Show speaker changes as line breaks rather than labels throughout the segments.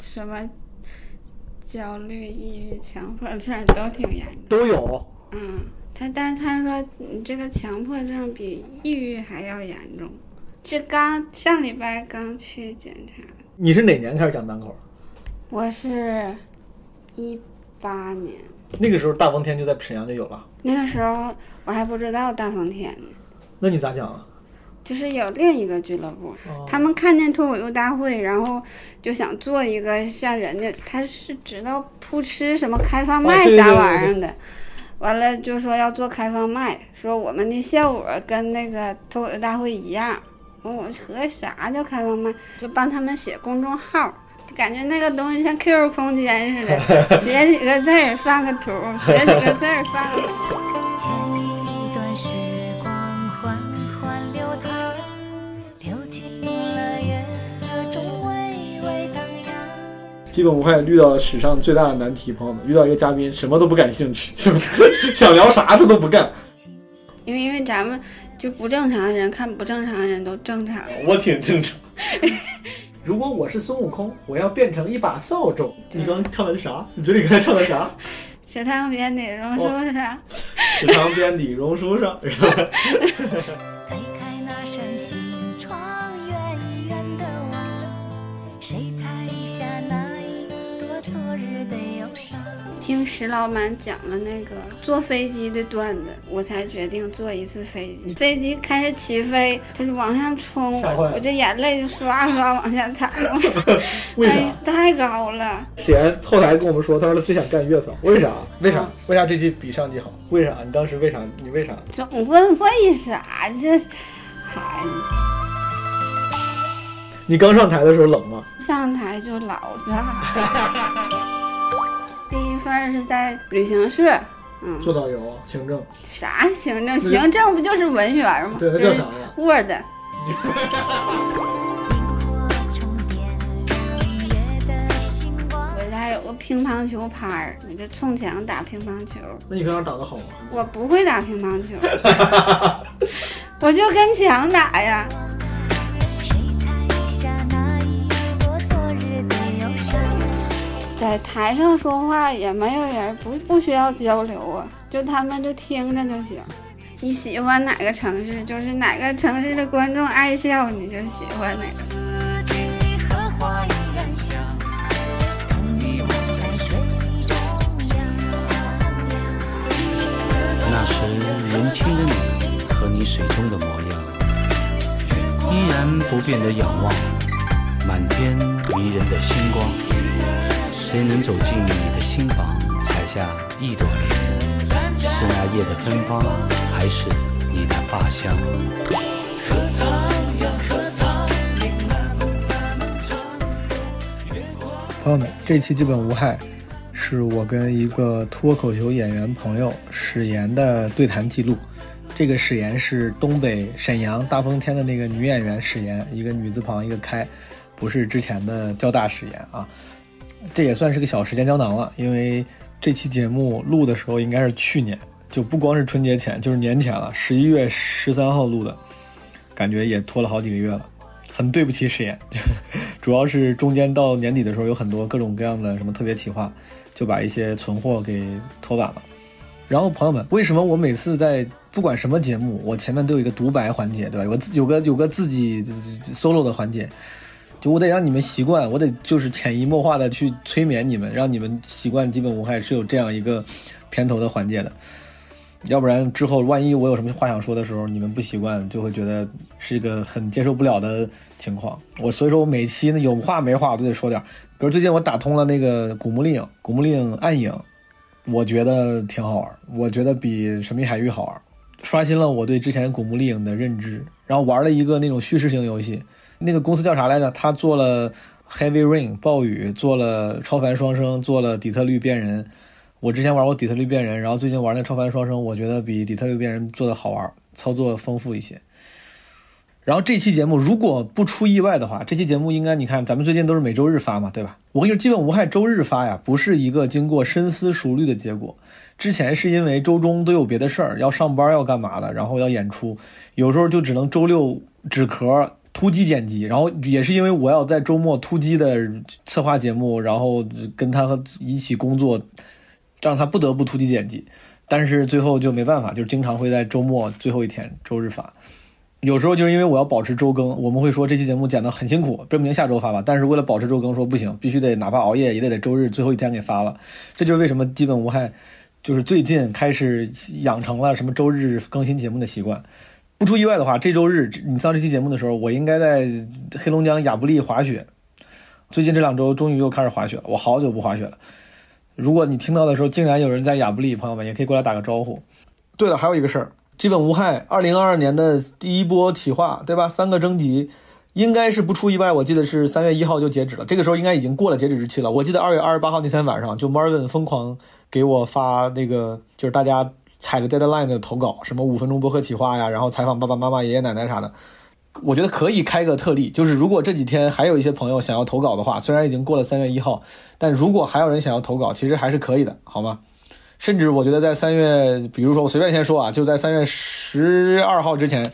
什么焦虑、抑郁、强迫症都挺严重。
都有。
嗯，他但是他说你这个强迫症比抑郁还要严重。这刚上礼拜刚去检查，
你是哪年开始讲单口？
我是一八年，
那个时候大风天就在沈阳就有了，
那个时候我还不知道大风天呢，
那你咋讲啊？
就是有另一个俱乐部，
哦
他们看见脱口秀大会，然后就想做一个像人家，他是知道扑哧什么开放麦
哦对对
啥
对
玩意儿的，完了就说要做开放麦，说我们的效果跟那个脱口秀大会一样。我我合计啥叫开放麦？就帮他们写公众号，就感觉那个东西像 QQ 空间似的，写几个字儿放个图，写几个字儿放个图。
牵一段时光缓缓流淌，流进了月色中微微荡漾。
基本无害遇到史上最大的难题，朋友们，遇到一个嘉宾什么都不感兴趣， 什么想聊啥他都不干。
因为因为咱们就不正常的人看不正常的人都正常，
我挺正常，
如果我是孙悟空，我要变成一把扫帚。
对
刚唱的是啥？你觉得你刚才唱的 啥？
食堂边的榕树上，
池塘边的榕树 上，然后
推开那扇心窗，远远的望，谁采下那一朵昨日的忧伤？
听石老板讲了那个坐飞机的段子，我才决定坐一次飞机。飞机开始起飞，它就往上冲，
吓坏
我
了
我这眼泪就刷刷往下淌，
为啥
哎太高了。
显然后台跟我们说，他说他最想干月嫂，为啥？为啥？为啥这季比上季好？为啥？你当时为啥？你为啥？
总问为啥这哎孩子
你刚上台的时候冷吗？
上台就老大？ 第一份儿是在旅行社，嗯，
做导游、行政，
啥行政？行政不就是文员吗？
对，那叫啥呀？
？Word。
萤火虫点亮夜的星光。
我家有个乒乓球拍儿，我就冲墙打乒乓球。
那你平常打得好吗？
我不会打乒 乓球，我就跟墙打呀。
谁采下那一朵昨日的忧伤？
在台上说话也没有人不不需要交流啊，就他们就听着就行。你喜欢哪个城市，就是哪个城市的观众爱笑，你就喜欢哪个。
四季荷花依然香，等你我在水中徉徉。
那时年轻的你和你水中的模样，依然不变的仰望满天迷人的星光。谁能走进你的心房，采下一朵莲？是那夜的芬芳，还是你的发香？
朋友们，这期基本无害，是我跟一个脱口秀演员朋友史岩的对谈记录。这个史岩是东北沈阳大风天的那个女演员史岩，一个女字旁一个开，不是之前的交大史岩啊。这也算是个小时间胶囊了，因为这期节目录的时候应该是去年，就不光是春节前，就是年前了，十一月十三号录的，感觉也拖了好几个月了，很对不起史岩。主要是中间到年底的时候有很多各种各样的什么特别企划，就把一些存货给拖晚了。然后朋友们，为什么我每次在不管什么节目，我前面都有一个独白环节，对吧？有个自有个有个自己 solo 的环节，就我得让你们习惯，我得就是潜移默化的去催眠你们，让你们习惯基本无害是有这样一个片头的环节的。要不然之后万一我有什么话想说的时候，你们不习惯，就会觉得是一个很接受不了的情况。我所以说我每期呢有话没话我都得说点儿。比如最近我打通了那个古墓丽影，古墓丽影暗影，我觉得挺好玩儿，我觉得比神秘海域好玩儿，刷新了我对之前古墓丽影的认知。然后玩了一个那种叙事型游戏，那个公司叫啥来着？他做了 Heavy Rain 暴雨，做了超凡双生，做了底特律变人。我之前玩过底特律变人，然后最近玩那超凡双生，我觉得比底特律变人做的好玩，操作丰富一些。然后这期节目如果不出意外的话，这期节目应该你看，咱们最近都是每周日发嘛，对吧？我跟你说，基本无害周日发呀，不是一个经过深思熟虑的结果。之前是因为周中都有别的事儿，要上班要干嘛的，然后要演出，有时候就只能周六止咳，突击剪辑，然后也是因为我要在周末突击的策划节目，然后跟他一起工作，让他不得不突击剪辑，但是最后就没办法，就是经常会在周末最后一天周日发。有时候就是因为我要保持周更，我们会说这期节目剪得很辛苦，证明下周发吧。但是为了保持周更，说不行，必须得哪怕熬夜也得在周日最后一天给发了。这就是为什么基本无害，就是最近开始养成了什么周日更新节目的习惯。不出意外的话，这周日你上这期节目的时候，我应该在黑龙江亚布力滑雪。最近这两周终于又开始滑雪了，我好久不滑雪了。如果你听到的时候竟然有人在亚布力，朋友们也可以过来打个招呼。对了，还有一个事儿。基本无害，二零二二年的第一波企划，对吧？三个征集，应该是不出意外，我记得是三月一号就截止了。这个时候应该已经过了截止日期了。我记得二月二十八号那天晚上，就 Marvin 疯狂给我发那个，就是大家踩着 deadline 的投稿，什么五分钟博客企划呀，然后采访爸爸妈妈、爷爷奶奶啥的。我觉得可以开个特例，就是如果这几天还有一些朋友想要投稿的话，虽然已经过了三月一号，但如果还有人想要投稿，其实还是可以的，好吗？甚至我觉得在三月，比如说我随便先说啊，就在三月十二号之前，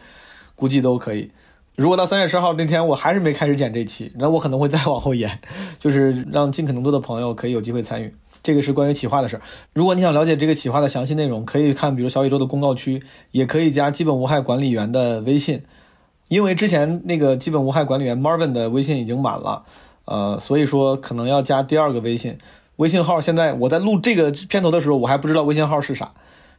估计都可以。如果到三月十号那天我还是没开始剪这期，那我可能会再往后延， 就是让尽可能多的朋友可以有机会参与。这个是关于企划的事儿。如果你想了解这个企划的详细内容，可以看比如小宇宙的公告区，也可以加基本无害管理员的微信，因为之前那个基本无害管理员 Marvin 的微信已经满了，呃，所以说可能要加第二个微信。微信号现在我在录这个片头的时候，我还不知道微信号是啥，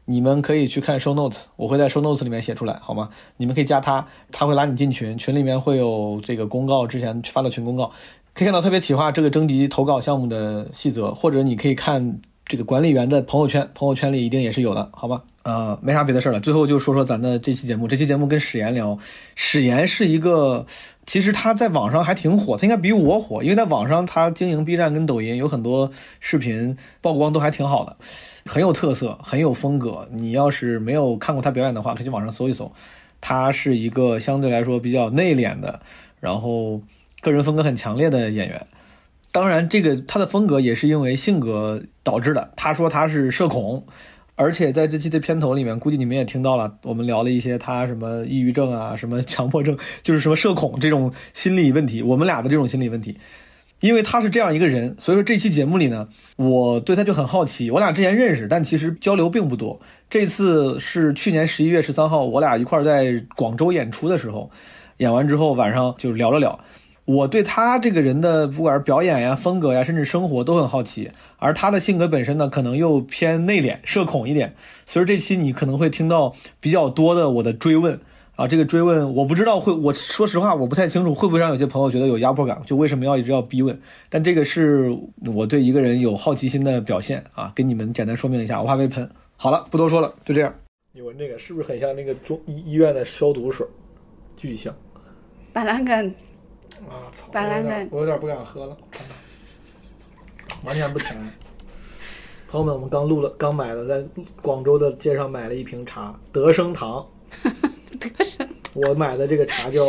你们可以去看 show notes，我会在 show notes 里面写出来，好吗？你们可以加他，他会拉你进群，群里面会有这个公告，之前发的群公告，可以看到特别企划这个征集投稿项目的细则，或者你可以看这个管理员的朋友圈，朋友圈里一定也是有的，好吗？呃，没啥别的事儿了，最后就说说咱的这期节目，这期节目跟史岩聊，史岩是一个。其实他在网上还挺火，他应该比我火，因为在网上他经营 B 站跟抖音，有很多视频曝光都还挺好的，很有特色，很有风格。你要是没有看过他表演的话，可以去网上搜一搜。他是一个相对来说比较内敛的，然后个人风格很强烈的演员。当然，这个他的风格也是因为性格导致的。他说他是社恐。而且在这期的片头里面，估计你们也听到了，我们聊了一些他什么抑郁症啊、什么强迫症，就是什么社恐这种心理问题，我们俩的这种心理问题。因为他是这样一个人，所以说这期节目里呢，我对他就很好奇。我俩之前认识，但其实交流并不多。这次是去年十一月十三号，我俩一块在广州演出的时候，演完之后晚上就聊了聊。我对他这个人的不管是表演呀、风格呀，甚至生活都很好奇，而他的性格本身呢，可能又偏内敛、社恐一点，所以这期你可能会听到比较多的我的追问啊。这个追问我不知道会，我说实话我不太清楚会不会让有些朋友觉得有压迫感，就为什么要一直要逼问？但这个是我对一个人有好奇心的表现啊，跟你们简单说明一下，我怕被喷。好了，不多说了，就这样。
你闻这个是不是很像那个中医医院的消毒水？巨像。
板蓝根。
啊操！
板蓝
我有点
根
我有点不敢喝了，真的完全不甜。朋友们，我们刚录了，刚买了，在广州的街上买了一瓶茶，德生 堂。
得是
我买的这个茶叫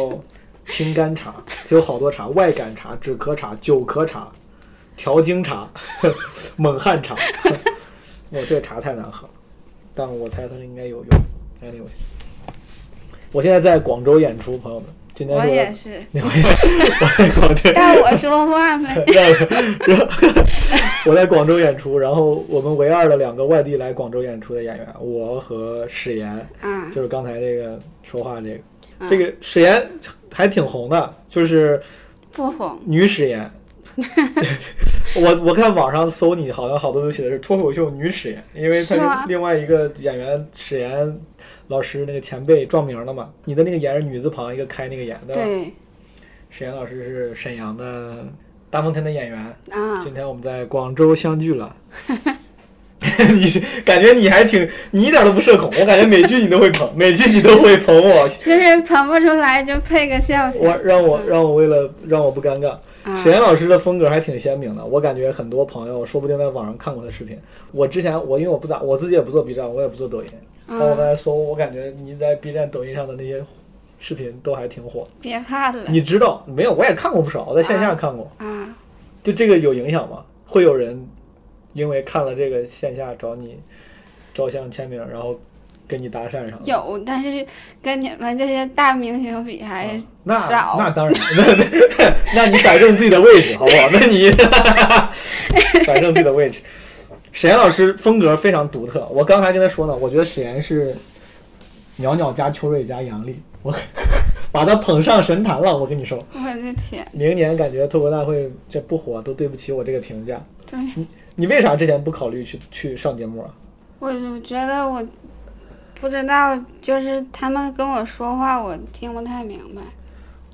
清肝茶，有好多茶，外感茶、止咳茶、久咳茶、调经茶、 蒙汗茶。 我这茶太难喝了，但我猜它应该有用。Anyway，我现在在广州演出，朋友们，今天
我
是
也是，
我也我在广州。
但我说 话没
我在广州演出，然后我们唯二的两个外地来广州演出的演员，啊我和史岩，
啊，
就是刚才这个说话这
嗯
个，这个史岩还挺红的，就是
不红，
女史岩。我我看网上搜你，好像好多都写的是脱口秀女史岩，因为她
是吗
是另外一个演员史岩老师那个前辈撞名了嘛。你的那个岩是女字旁一个开那个岩，对吧？
对
史岩老师是沈阳的大风天的演员，
啊
今，天我们在广州相聚了。 你是感觉你还挺，你一点都不社恐，我感觉每句你都会捧，每句你都会捧我，
就是捧不出来就配个笑声
我让我让我为了让我不尴尬，
啊
沈。岩老师的风格还挺鲜明的，我感觉很多朋友说不定在网上看过他视频。我之前我因为我不咋，我自己也不做 B 站，我也不做抖音，但我刚才搜，我感觉你在 B 站、抖音上的那些视频都还挺火。
别看了
你知道没有？我也看过不少，我在线下看过。
啊，
就这个有影响吗？会有人因为看了这个线下找你照相签名，然后啊
跟你搭讪上了。
有，但是跟你们这些大明星比还是
嗯那
哎少
那当然，那那那你摆正自己的位置好不好？那你摆正自己的位置。沈岩老师风格非常独特，我刚才跟他说呢，我觉得沈岩是袅袅加秋瑞加杨笠，我把他捧上神坛了。我跟你说，
我的天，
明年感觉脱口大会这不火都对不起我这个评价。
对，
你为啥之前不考虑去去上节目啊？
我我觉得我不知道，就是他们跟我说话，我听不太明白。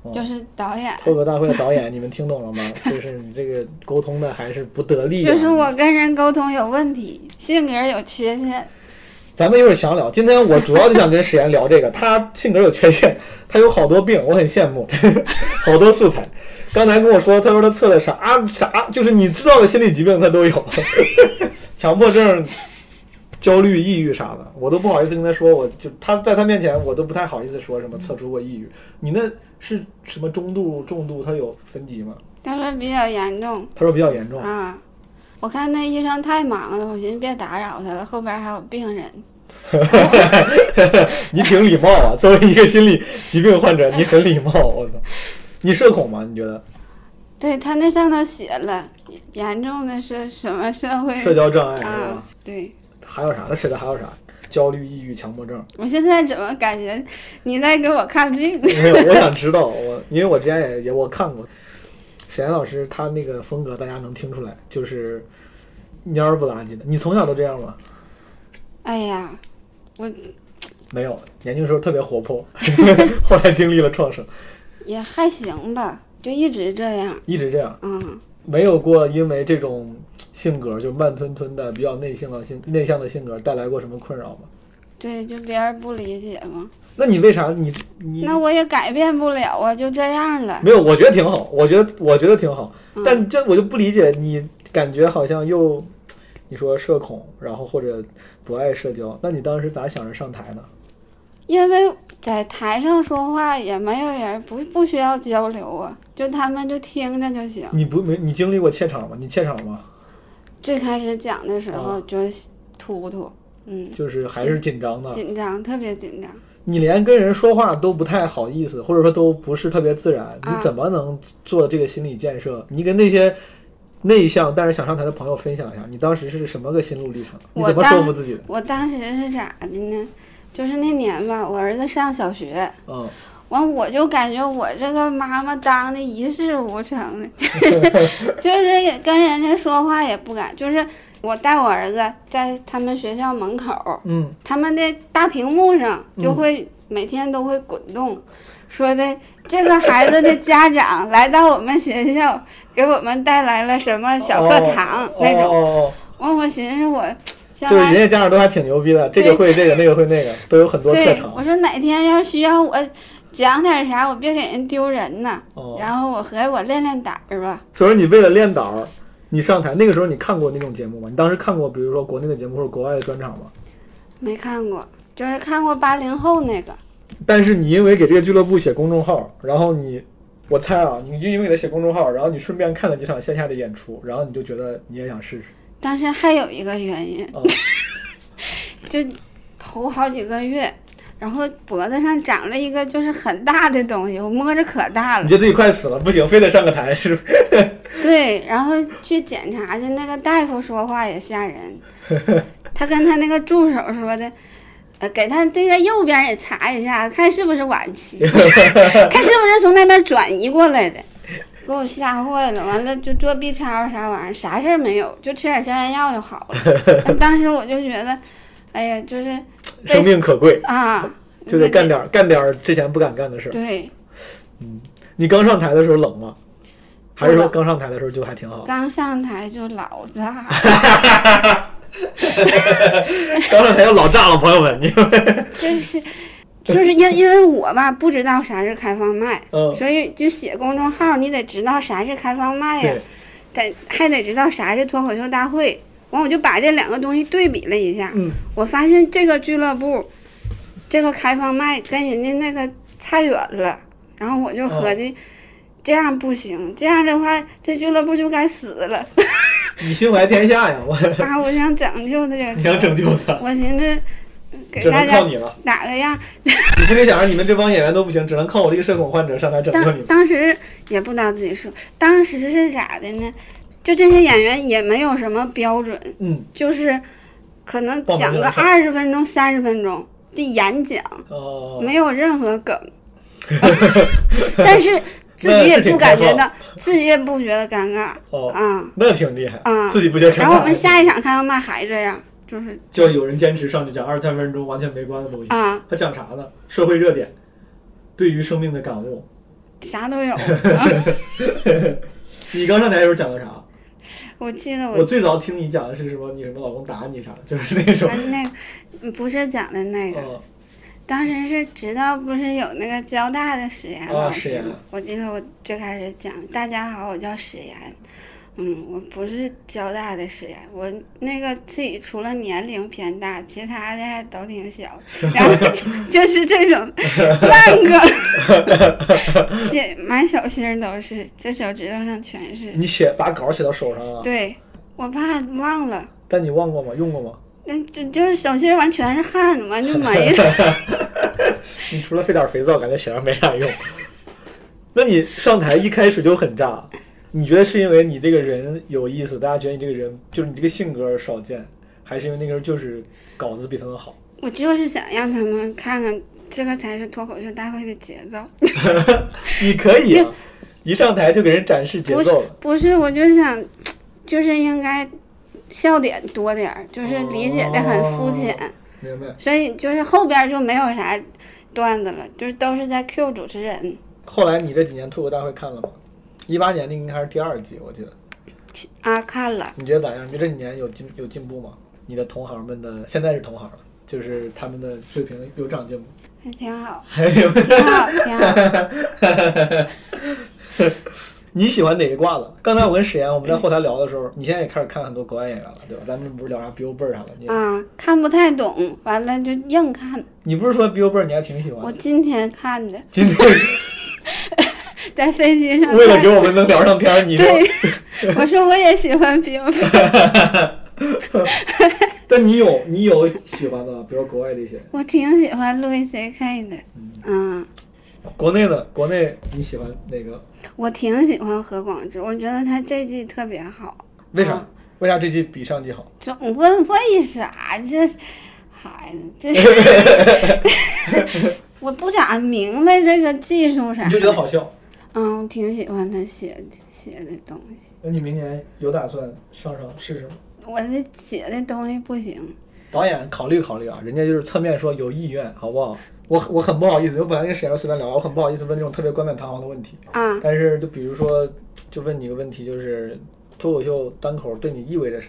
哦
就是导演，
脱口大会的导演，你们听懂了吗？ 就是你这个沟通的还是不得力、啊。
就是我跟人沟通有问题，性格有缺陷，
咱们一会儿详聊。今天我主要就想跟史岩聊这个，他性格有缺陷，他有好多病，我很羡慕， 好多素材。刚才跟我说，他说他测的啥啊啥，就是你知道的心理疾病他都有， 强迫症、焦虑、抑郁啥的，我都不好意思跟他说。我就他在他面前，我都不太好意思说什么测出过抑郁。你那是什么中度、重度？他有分级吗？
他说比较严重
他说比较严重。
啊。我看那医生太忙了，我寻思别打扰他了，后边还有病人。
你挺礼貌啊，作为一个心理疾病患者，你很礼貌。我操，你社恐吗？你觉得
对他那上头写了，严重的是什么社会
社交障碍是吧
嗯啊？？对，
还有啥？他写的还有啥？焦虑、抑郁、强迫症？
我现在怎么感觉你在给我看病？
没有，我想知道。我因为我之前也也我看过，沈岩老师他那个风格，大家能听出来，就是蔫儿不拉几的。你从小都这样吗？
哎呀，我
没有，年轻时候特别活泼， 后来经历了创伤，
也还行吧，就一直这样。
一直这样。
嗯，
没有过因为这种性格就慢吞吞的、比较内向的性内向的性格带来过什么困扰吗？
对，就别人不理解嘛，
那你为啥你你
那我也改变不了啊，就这样了。
没有？我觉得挺好，我觉得我觉得挺好，
嗯
但这我就不理解，你感觉好像又你说社恐，然后或者不爱社交，那你当时咋想着上台呢？
因为在台上说话也没有人不不需要交流啊，就他们就听着就行。
你不没你经历过怯场吗？你怯场吗？
最开始讲的时候
啊
就是突突，嗯，
就是还是紧张的，
紧张，特别紧张。
你连跟人说话都不太好意思，或者说都不是特别自然，你
啊
怎么能做这个心理建设？你跟那些内向但是想上台的朋友分享一下，你当时是什么个心路历程？你
我
怎么
当
说服自己的？
我当时是咋的呢？就是那年吧，我儿子上小学，
嗯，
完我就感觉我这个妈妈当的一事无成 的，就是就是也跟人家说话也不敢，就是我带我儿子在他们学校门口，
嗯，
他们的大屏幕上就
嗯
会每天都会滚动，说的这个孩子的家长来到我们学校，给我们带来了什么小课堂、
哦
那
哦
种。
哦
完、我寻思我将
就是
来
人家家长都还挺牛逼的，这个会这个，那个会那个，都有很多特
对，
长
我。说哪天要需要我讲点啥，我别给人丢人呐。
哦
然后我合计我练练胆儿吧，
所以说你为了练导儿，你上台那个时候你看过那种节目吗？你当时看过比如说国内的节目或者国外的专场吗？
没看过，就是看过八零后那个，
但是你因为给这个俱乐部写公众号，然后你，我猜啊，你因为给他写公众号，然后你顺便看了几场线下的演出，然后你就觉得你也想试试
但是还有一个原因，
啊、
就头好几个月，然后脖子上长了一个就是很大的东西，我摸着可大
你
了
觉。得自己快死了，不行，非得上个台，是不是？
对，然后去检查去，那个大夫说话也吓 人，他跟他那个助手说的。呃，给他这个右边也查一下，看是不是晚 期，看是不是从那边转移过来的，给我吓坏了。完了就做 B 超啥玩意儿，啥事儿没有，就吃点消炎药就好了。当时我就觉得，哎呀，就是
生命可贵，
啊，
就得干点儿干点儿之前不敢干的事儿。
对，
你刚上台的时候冷吗？还是
不
说
冷
刚上台的时候就还挺好？
刚上台就老啊大，
刚上台就老炸了，朋友们， 你
就是就是因因为我吧不知道啥是开放麦，
嗯
所以就写公众号，你得知道啥是开放麦呀
对，
得还得知道啥是脱口秀大会。完，我就把这两个东西对比了一下，
嗯
我发现这个俱乐部，这个开放麦跟人家那个差远了，然后我
嗯
就合计。这样不行，这样的话，这俱乐部就该死 了。
你心怀天下呀，我
啊，我想拯救这个
你想拯救他，
我寻思给
只
大
能靠
家
你了。
打个样。
你心里想着你们这帮演员都不行，只能靠我这个社恐患者上来拯救你
当
们。
当时也不知道自己是，当时是咋的呢？就这些演员也没有什么标准，
嗯，
就是可能
报名
讲个
量上
二十分钟、三十分钟就演讲，
哦，
没有任何 梗，但是自己也不感觉到，自己也不觉得尴尬
哦，
啊。
那挺厉害，
啊
自己不觉得尴尬。
然后我们下一场开放麦还这样，就是
就有人坚持上去讲二三分钟完全没关的东西。
啊，
他讲啥呢？社会热点，对于生命的感悟。
啥都 有。
你刚上台的时候讲的啥？
我记得
我
我
最早听你讲的是什么？你什么老公打你啥的，就是那种
还。是那个嗯不是讲的那个，
嗯，
当时是直到不是有那个交大的史岩
啊
老
史
师
岩
吗？我记得我最开始讲，大家好，我叫史岩。嗯，我不是交大的史岩，我那个自己除了年龄偏大，其他的还都挺 小，然后就就是这种半个，写满手心儿都是，这手指头上全是。
你写把稿写到手上啊？
对，我怕忘了，
但你忘过吗？用过吗？
那这就是手心儿完全是汗，完就 没了。
你除了费点肥皂，感觉写上没啥用。那你上台一开始就很炸，你觉得是因为你这个人有意思，大家觉得你这个人就是你这个性格少见，还是因为那个时候就是稿子比他们好？
我就是想让他们看看，这个才是脱口秀大会的节奏。
你可以啊，一上台就给人展示节
不是
奏了。
不是，我就想，就是应该笑点多点儿，就是理解的很肤浅，
哦明白。
所以就是后边就没有啥段子了，就是都是在 Q 主持人。
后来你这几年脱口大会看了吗？一八年那个应该是第二季，我记得。
啊，看了，
你觉得咋样？你觉得这几年有进有进步吗？你的同行们的现在是同行了，就是他们的水平有长进吗？
还挺好，挺好，挺好。
你喜欢哪一挂的？刚才我跟史岩我们在后台聊的时候，你现在也开始看很多国外演员了，对吧？咱们不是聊啥 Bill Burr 啥的，你、
啊，看不太懂，完了就硬看。
你不是说 Bill Burr 你还挺喜欢
我
的？
今天看的，
今天
在飞机上看。
为了给我们能聊上天儿，你说，
对， 我说我也喜欢冰冰。
但你有你有喜欢的吗？比如国外这些，
我挺喜欢 Louis C.K. 的，嗯，
国内的国内你喜欢哪个？
我挺喜欢何广智，我觉得他这季特别好。
为啥？
啊
为啥这季比上季好？
总问为啥这孩子这， 我不咋明白这个技术啥
你就觉得好笑？
嗯，我挺喜欢他写的写的东西，
那你明年有打算上上试试吗？
我这写的东西不行。
导演考虑考虑啊，人家就是侧面说有意愿，好不好？我我很不好意思，我本来跟沈阳随便聊，我很不好意思问这种特别冠冕堂皇的问题。
啊，
但是就比如说，就问你个问题，就是脱口秀单口对你意味着啥？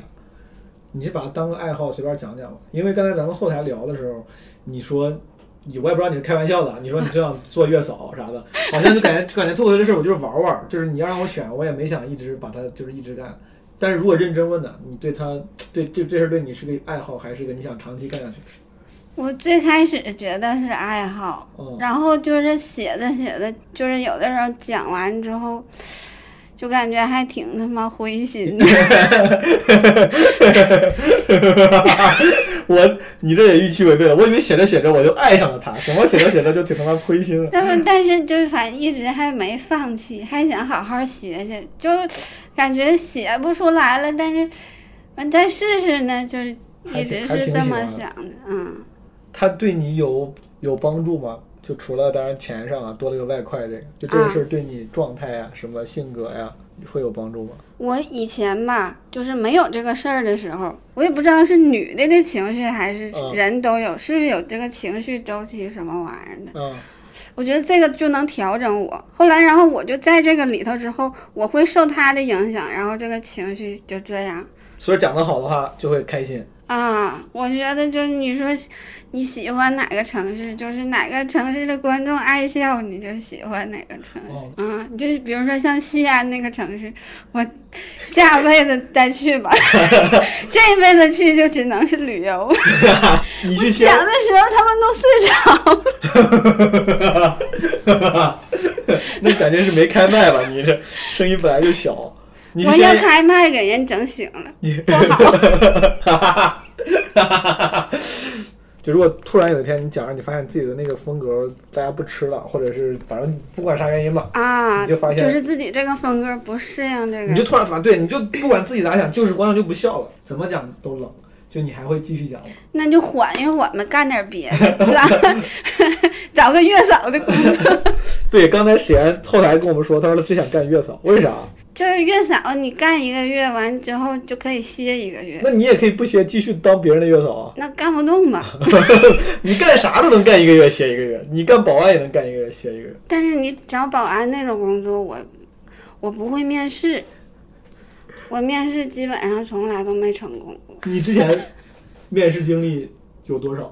你是把它当个爱好随便讲讲吧。因为刚才咱们后台聊的时候，你说你我也不知道你是开玩笑的，你说你就想做月嫂啥 的，好像就感觉就感觉脱口秀这事儿我就是玩玩儿，就是你要让我选，我也没想一直把它就是一直干。但是如果认真问呢，你对他对这这事儿对你是个爱好，还是个你想长期干下去？
我最开始觉得是爱好，
嗯
然后就是写着写着，就是有的时候讲完之后，就感觉还挺他妈灰心的。
我你这也预期违背了，我以为写着写着我就爱上了他，什么写着写着就挺他妈灰心了。
但是但是就是反正一直还没放弃，还想好好写写，就感觉写不出来了，但是完再试试呢，就是
还
一
挺
直
还
是
挺
这
喜
么
欢的
想的，嗯。
他对你有有帮助吗？就除了当然钱上啊，多了个外快，这个就这个事儿对你状态啊、什么性格呀、会有帮助吗？
我以前吧，就是没有这个事儿的时候，我也不知道是女的的情绪还是
嗯
人都有，是不是有这个情绪周期什么玩意儿的？
嗯，
我觉得这个就能调整我。后来，然后我就在这个里头之后，我会受他的影响，然后这个情绪就这样
所以讲得好的话就会开心。
啊。我觉得就是你说你喜欢哪个城市，就是哪个城市的观众爱笑，你就喜欢哪个城市。
哦
啊，你就是比如说像西安那个城市，我下辈子再去 吧，这辈子去就只能是旅游。
你去西
想
安，
的时候他们都睡着了。
那感觉是没开麦吧？你这声音本来就小。你去
我
西
要
安，
开麦给人整醒了，
你
不好。
就如果突然有一天你讲，你发现自己的那个风格大家不吃了，或者是反正不管啥原因吧，
啊，
你就发现
是自己这个风格不适应这
你就
个，
突然反对，你就不管自己咋想，就是观众就不笑了，怎么讲都冷，就你还会继续讲吗？
那就缓一缓吧，干点别的，找 找个月嫂的工作。
对，刚才史岩后台跟我们说，他说他最想干月嫂，为啥？
就是月嫂，你干一个月完之后就可以歇一个月，
那你也可以不歇，继续当别人的月嫂啊。
那干不动吧？
你干啥都能干一个月歇一个月，你干保安也能干一个月歇一个月。
但是你找保安那种工作，我我不会面试，我面试基本上从来都没成功过。
你之前面试经历有多少？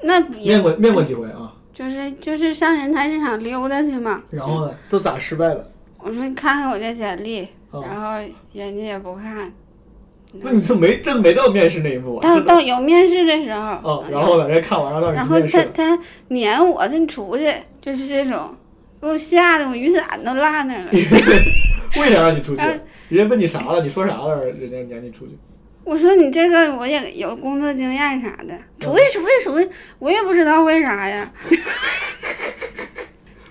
那不也
面过面过几回啊？
就是就是上人才市场溜达去嘛。
然后呢，都咋失败的？
我说你看看我这简历，
啊
然后人家也不看。
那你这没真没到面试那一步啊？
到
是吧
到有面试的时候，
哦，然后呢？人家看完了让
然
你
后
面试
他，他撵我，他你出去，就是这种，给我吓得我雨伞都落那儿了。
为啥让你出去
嗯？
人家问你啥了？你说啥了？人家撵你出去？
我说你这个我也有工作经验啥的，出去出去出去，我也不知道为啥呀。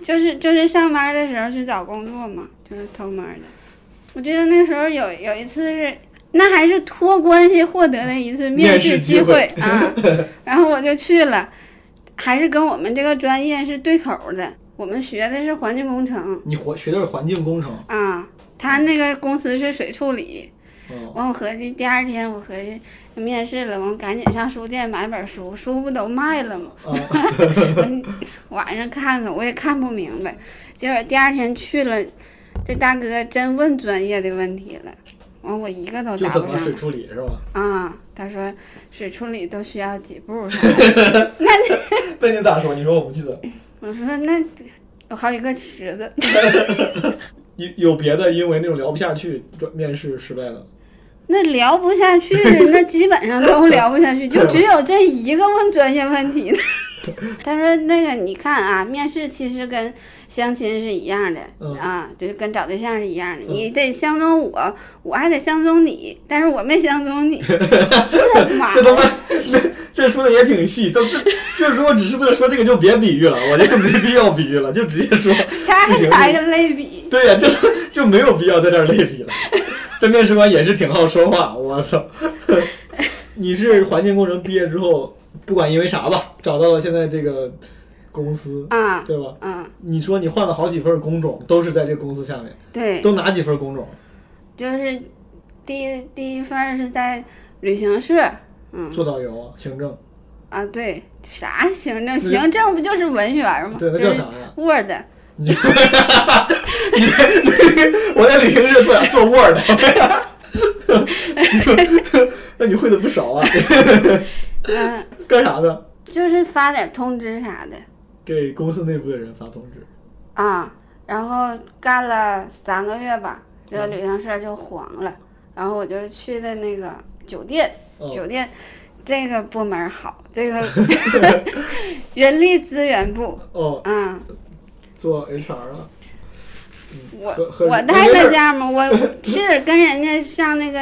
就是就是上班的时候去找工作嘛，就是偷摸的。我记得那时候有有一次是，那还是托关系获得的一次面试机
面
啊，然后我就去了，还是跟我们这个专业是对口儿的，我们学的是环境工程
你环学的是环境工程，
啊，他那个公司是水处理，
嗯，
完，我合计第二天我合计面试了，完赶紧上书店买本书，书不都卖了吗？
啊
嗯晚上看看，我也看不明白。结果第二天去了，这大哥真问专业的问题了，完我一个都
就
答
怎
不
么水
上
处理是吧？
啊。他说水处理都需要几步啥的，
那你咋说？你说我不记得。
我说那有好几个池子，
有有别的，因为那种聊不下去，转面试失败了。
那聊不下去的，那基本上都聊不下去，就只有这一个问专业问 题的。他说：“那个，你看啊，面试其实跟相亲是一样的、
嗯
啊，就是跟找对象是一样的，你得相中我，我还得相中你，但是我没相中 你。我的妈
这！他妈， 这这说的也挺细。都这就如果只是为了说这个，就别比喻了，我觉得就没必要比喻了，就直接说。
他
不行
还来个类比，
对呀、这就没有必要在这儿类比了。这面试官也是挺好说话，我操！你是环境工程毕业之后，不管因为啥吧，找到了现在这个公司，
啊
对吧？
嗯，
你说你换了好几份工种，都是在这公司下面，
对，
都哪几份工种？
就是第一第一份儿是在旅行社，嗯
做导游、行政，
啊，对，啥行政
就
行政不就是文员儿吗？
对，那
就
叫
是
啥呀？
Word。”
你，你我在旅行社做做 Word，那你会的不少啊。
嗯，
干啥呢？
就是发点通知啥的
给公司内部的人发通知。
啊。然后干了三个月吧，这个旅行社就黄了。然后我就去的那个酒店，
哦
酒店这个部门好，这个 人力资源部，
哦，
嗯，
做 HR 啊，
我
和和
我
人
待
人事
在家嘛， 我是跟人家上那个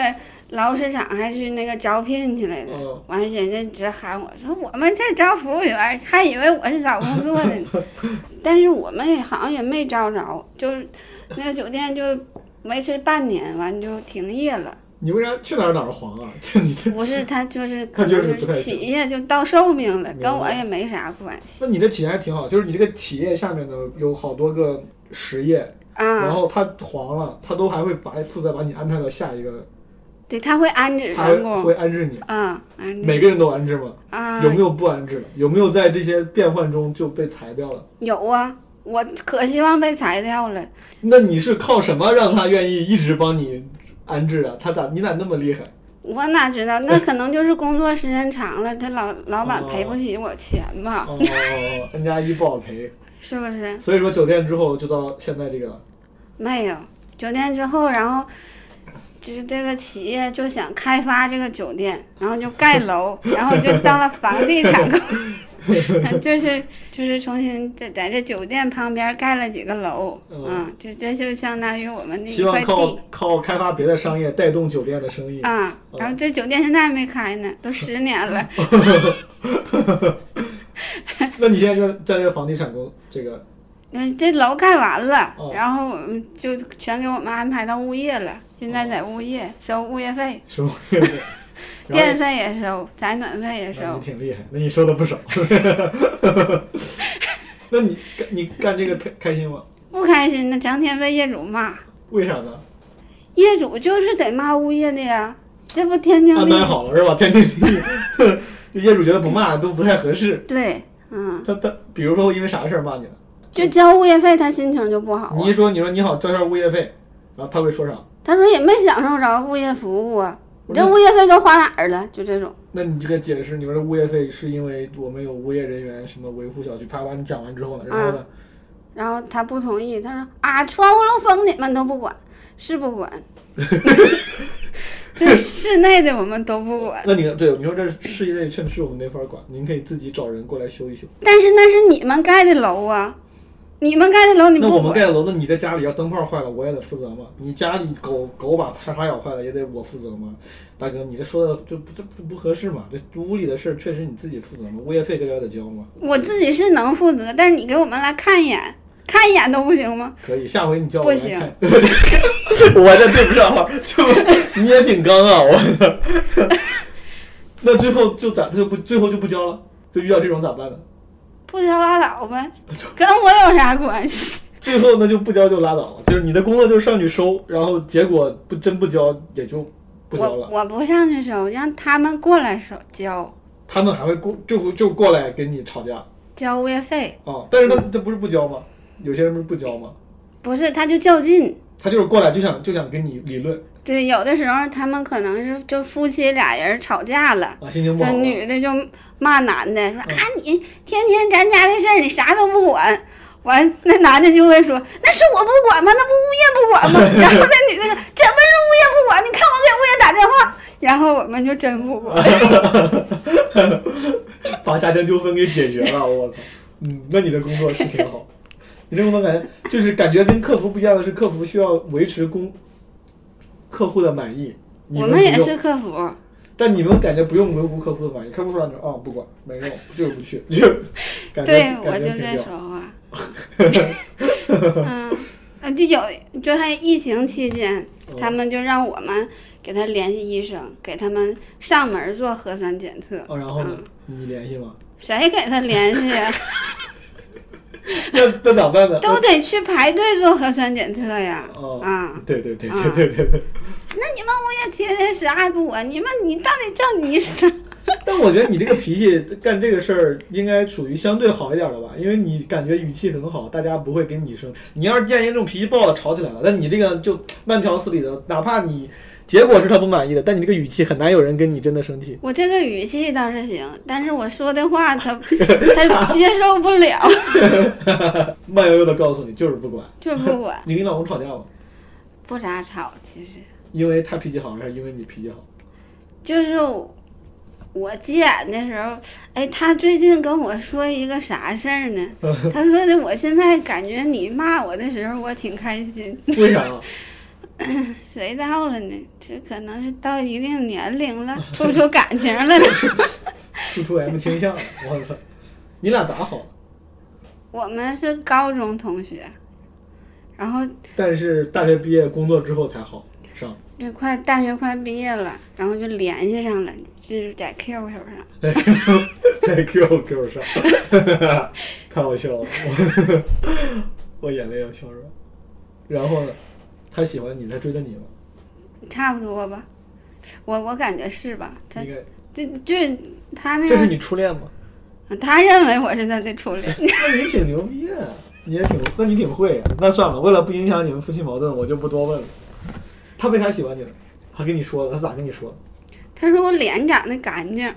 劳务市场，还去那个招聘去来的
哦。
完、人家直喊我说我们这儿招服务员，还以为我是找工作 的呢。但是我们也好像也没招着，就是那个酒店就维持半年，完就停业了。
你为啥去哪儿哪儿黄啊？ 这你这，
不是他 就是
他
可
就
能
是
就
不太
是
行
企业就到寿命了，
明
跟我
白
也没啥关系
那你这体验还挺好，就是你这个企业下面的有好多个实业，然
啊。
后他黄了，他都还会把负责把你安排到下一个，
对，他会安置
他
员工
会安置你。
啊，安置
每个人都安置吗？
啊
有没有不安置的？有没有在这些变换中就被裁掉了？
有啊，我可希望被裁掉了。
那你是靠什么让他愿意一直帮你安置啊？他咋你咋那么厉害？
我哪知 道？那可能就是工作时间长了，他老老板
哦
赔不起我钱吧，
哦，N 加一不好赔，
是不是？
所以说酒店之后就到现在这个了。
没有酒店之后，然后就是这个企业就想开发这个酒店，然后就盖楼， 然后就当了房地产公司， 就是就是重新在在这酒店旁边盖了几个楼，
嗯
嗯，就这就相当于我们那一
希望
块
靠
地。
靠开发别的商
啊
业带动酒店的生意。
啊，然后这酒店现在还没开呢，都十年了。
那你现在在在这个房地产工这个
嗯，这楼盖完了，
哦
然后嗯就全给我们安排到物业了。现
哦
在在物业收物业费，
什么月饼，
电
然后
费也收，采暖费也
那
收
你。挺厉害，那你收的不少。 那你干你干这个开开心吗？
不开心的成天被业主骂，
为啥呢？
业主就是得骂物业的呀。这不天经
安
地
排
义？
好了是吧？天经地义。 就业主觉得不骂都不太合适。
对，嗯，
他他比如说因为啥事儿骂你呢？
就交物业费，他心情就不好
你
啊
一。说你说你好交一下物业费，然后他会说啥？
他说也没享受着物业服务啊，
不
你
是
这物业费都花哪儿了？就这种，
那你就给解释，你说这物业费是因为我们有物业人员什么维护小区，啪啪你讲完之后呢，然后呢，
然后他不同意，他说啊，窗户漏风你们都不管，是不 管，这室内的我们都不管，
那你对你说这事业内确实我们没法管，您可以自己找人过来修一修。
但是那是你们盖的楼啊，你们盖的楼你
那
不
我们
管，
盖楼，那你在家里要灯泡坏了，我也得负责吗？你家里狗狗把叉叉咬坏了，也得我负责吗？大哥，你这说的就不这不不合适嘛？这屋里的事儿确实你自己负责吗？物业费该该得交吗？
我自己是能负责，但是你给我们来看一眼，看一眼都不行吗？
可以，下回你叫我来
不行
看。 我这对不上号， 就你也挺刚啊，我。 那最后就咋？他就不最后就不交了，就遇到这种咋办呢？
不交拉倒 呗，跟我有啥关系？
最后那就不交就拉倒了，就是你的工作就是上去收，然后结果不真不交也就不交
我
了。
我不上去收，让他们过来收交
他们还会过就会就过来跟你吵架啊、啊
交物业费，
但是他
嗯
这不是不交吗？有些人不是不交吗？
不是他就较劲。
他就是过来就想就想跟你理论
对，有的时候他们可能是就夫妻俩人吵架了，
啊，心情不
这
好了。
女的就骂男的
嗯
说、啊，你天天咱家的事儿你啥都不管。完，那男的就会说：“那是我不管吗？那不物业不管吗？” 然后那女的说：“怎么是物业不管？你看我给物业打电话。”然后我们就真不管。
把家庭纠纷给解决了，我操！嗯，那你的工作是挺 好，你这工作感觉就是感觉跟客服不一样的是，客服需要维持公客户的满意，你
我
不
们也
用
是客服，
但你们感觉不用维护客户的满意，客户说你说哦不管没用，就是不去，就感觉
对我
感
就
觉
这
挺
说
屌。
话。 嗯，啊，就有就还疫情期间，
嗯
他们就让我们给他联系医生，给他们上门做核酸检测。
哦，然后呢？你联系吗？
谁给他联系呀？
那那咋办呢？
都得去排队做核酸检测呀！
哦
啊，
对对对
啊
对对对对。
那你们物业天天啥也不管，你们你到底叫你啥？
但我觉得你这个脾气干这个事儿，应该属于相对好一点的吧，因为你感觉语气很好，大家不会跟你生。你要是见一个这种脾气暴的吵起来了，但你这个就慢条斯理的，哪怕你结果是他不满意的，但你这个语气很难有人跟你真的生气。
我这个语气倒是行，但是我说的话他他接受不了，
慢悠悠的告诉你就是不管。
就是不管，
你跟你老公吵架吗？
不咋吵，其实
因为他脾气好，还是因为你脾气好？
就是我我急眼的时候，哎，他最近跟我说一个啥事儿呢？他说的我现在感觉你骂我的时候，我挺开心。
为啥？啊
谁到了呢？这可能是到一定年龄了，处出感情了。
突出 M 倾向了，我操！你俩咋好？
我们是高中同学，然后
但是大学毕业工作之后才好上。
这快大学快毕业了，然后就联系上了，就是在 QQ 上。
在 Q 在 QQ 上，太好笑了，我 我眼泪要笑出来。然后呢，他喜欢你，他追的你吗？
差不多吧，我我感觉是吧？他
应该，
就就他那
这是
个，
你初恋吗？
他认为我是他的 初恋。
那你挺牛逼的，你也挺，那你挺会啊。那算了，为了不影响你们夫妻矛盾，我就不多问了。他为啥喜欢你呢？他跟你说的，他咋跟你说的？
他说我脸长得干 净，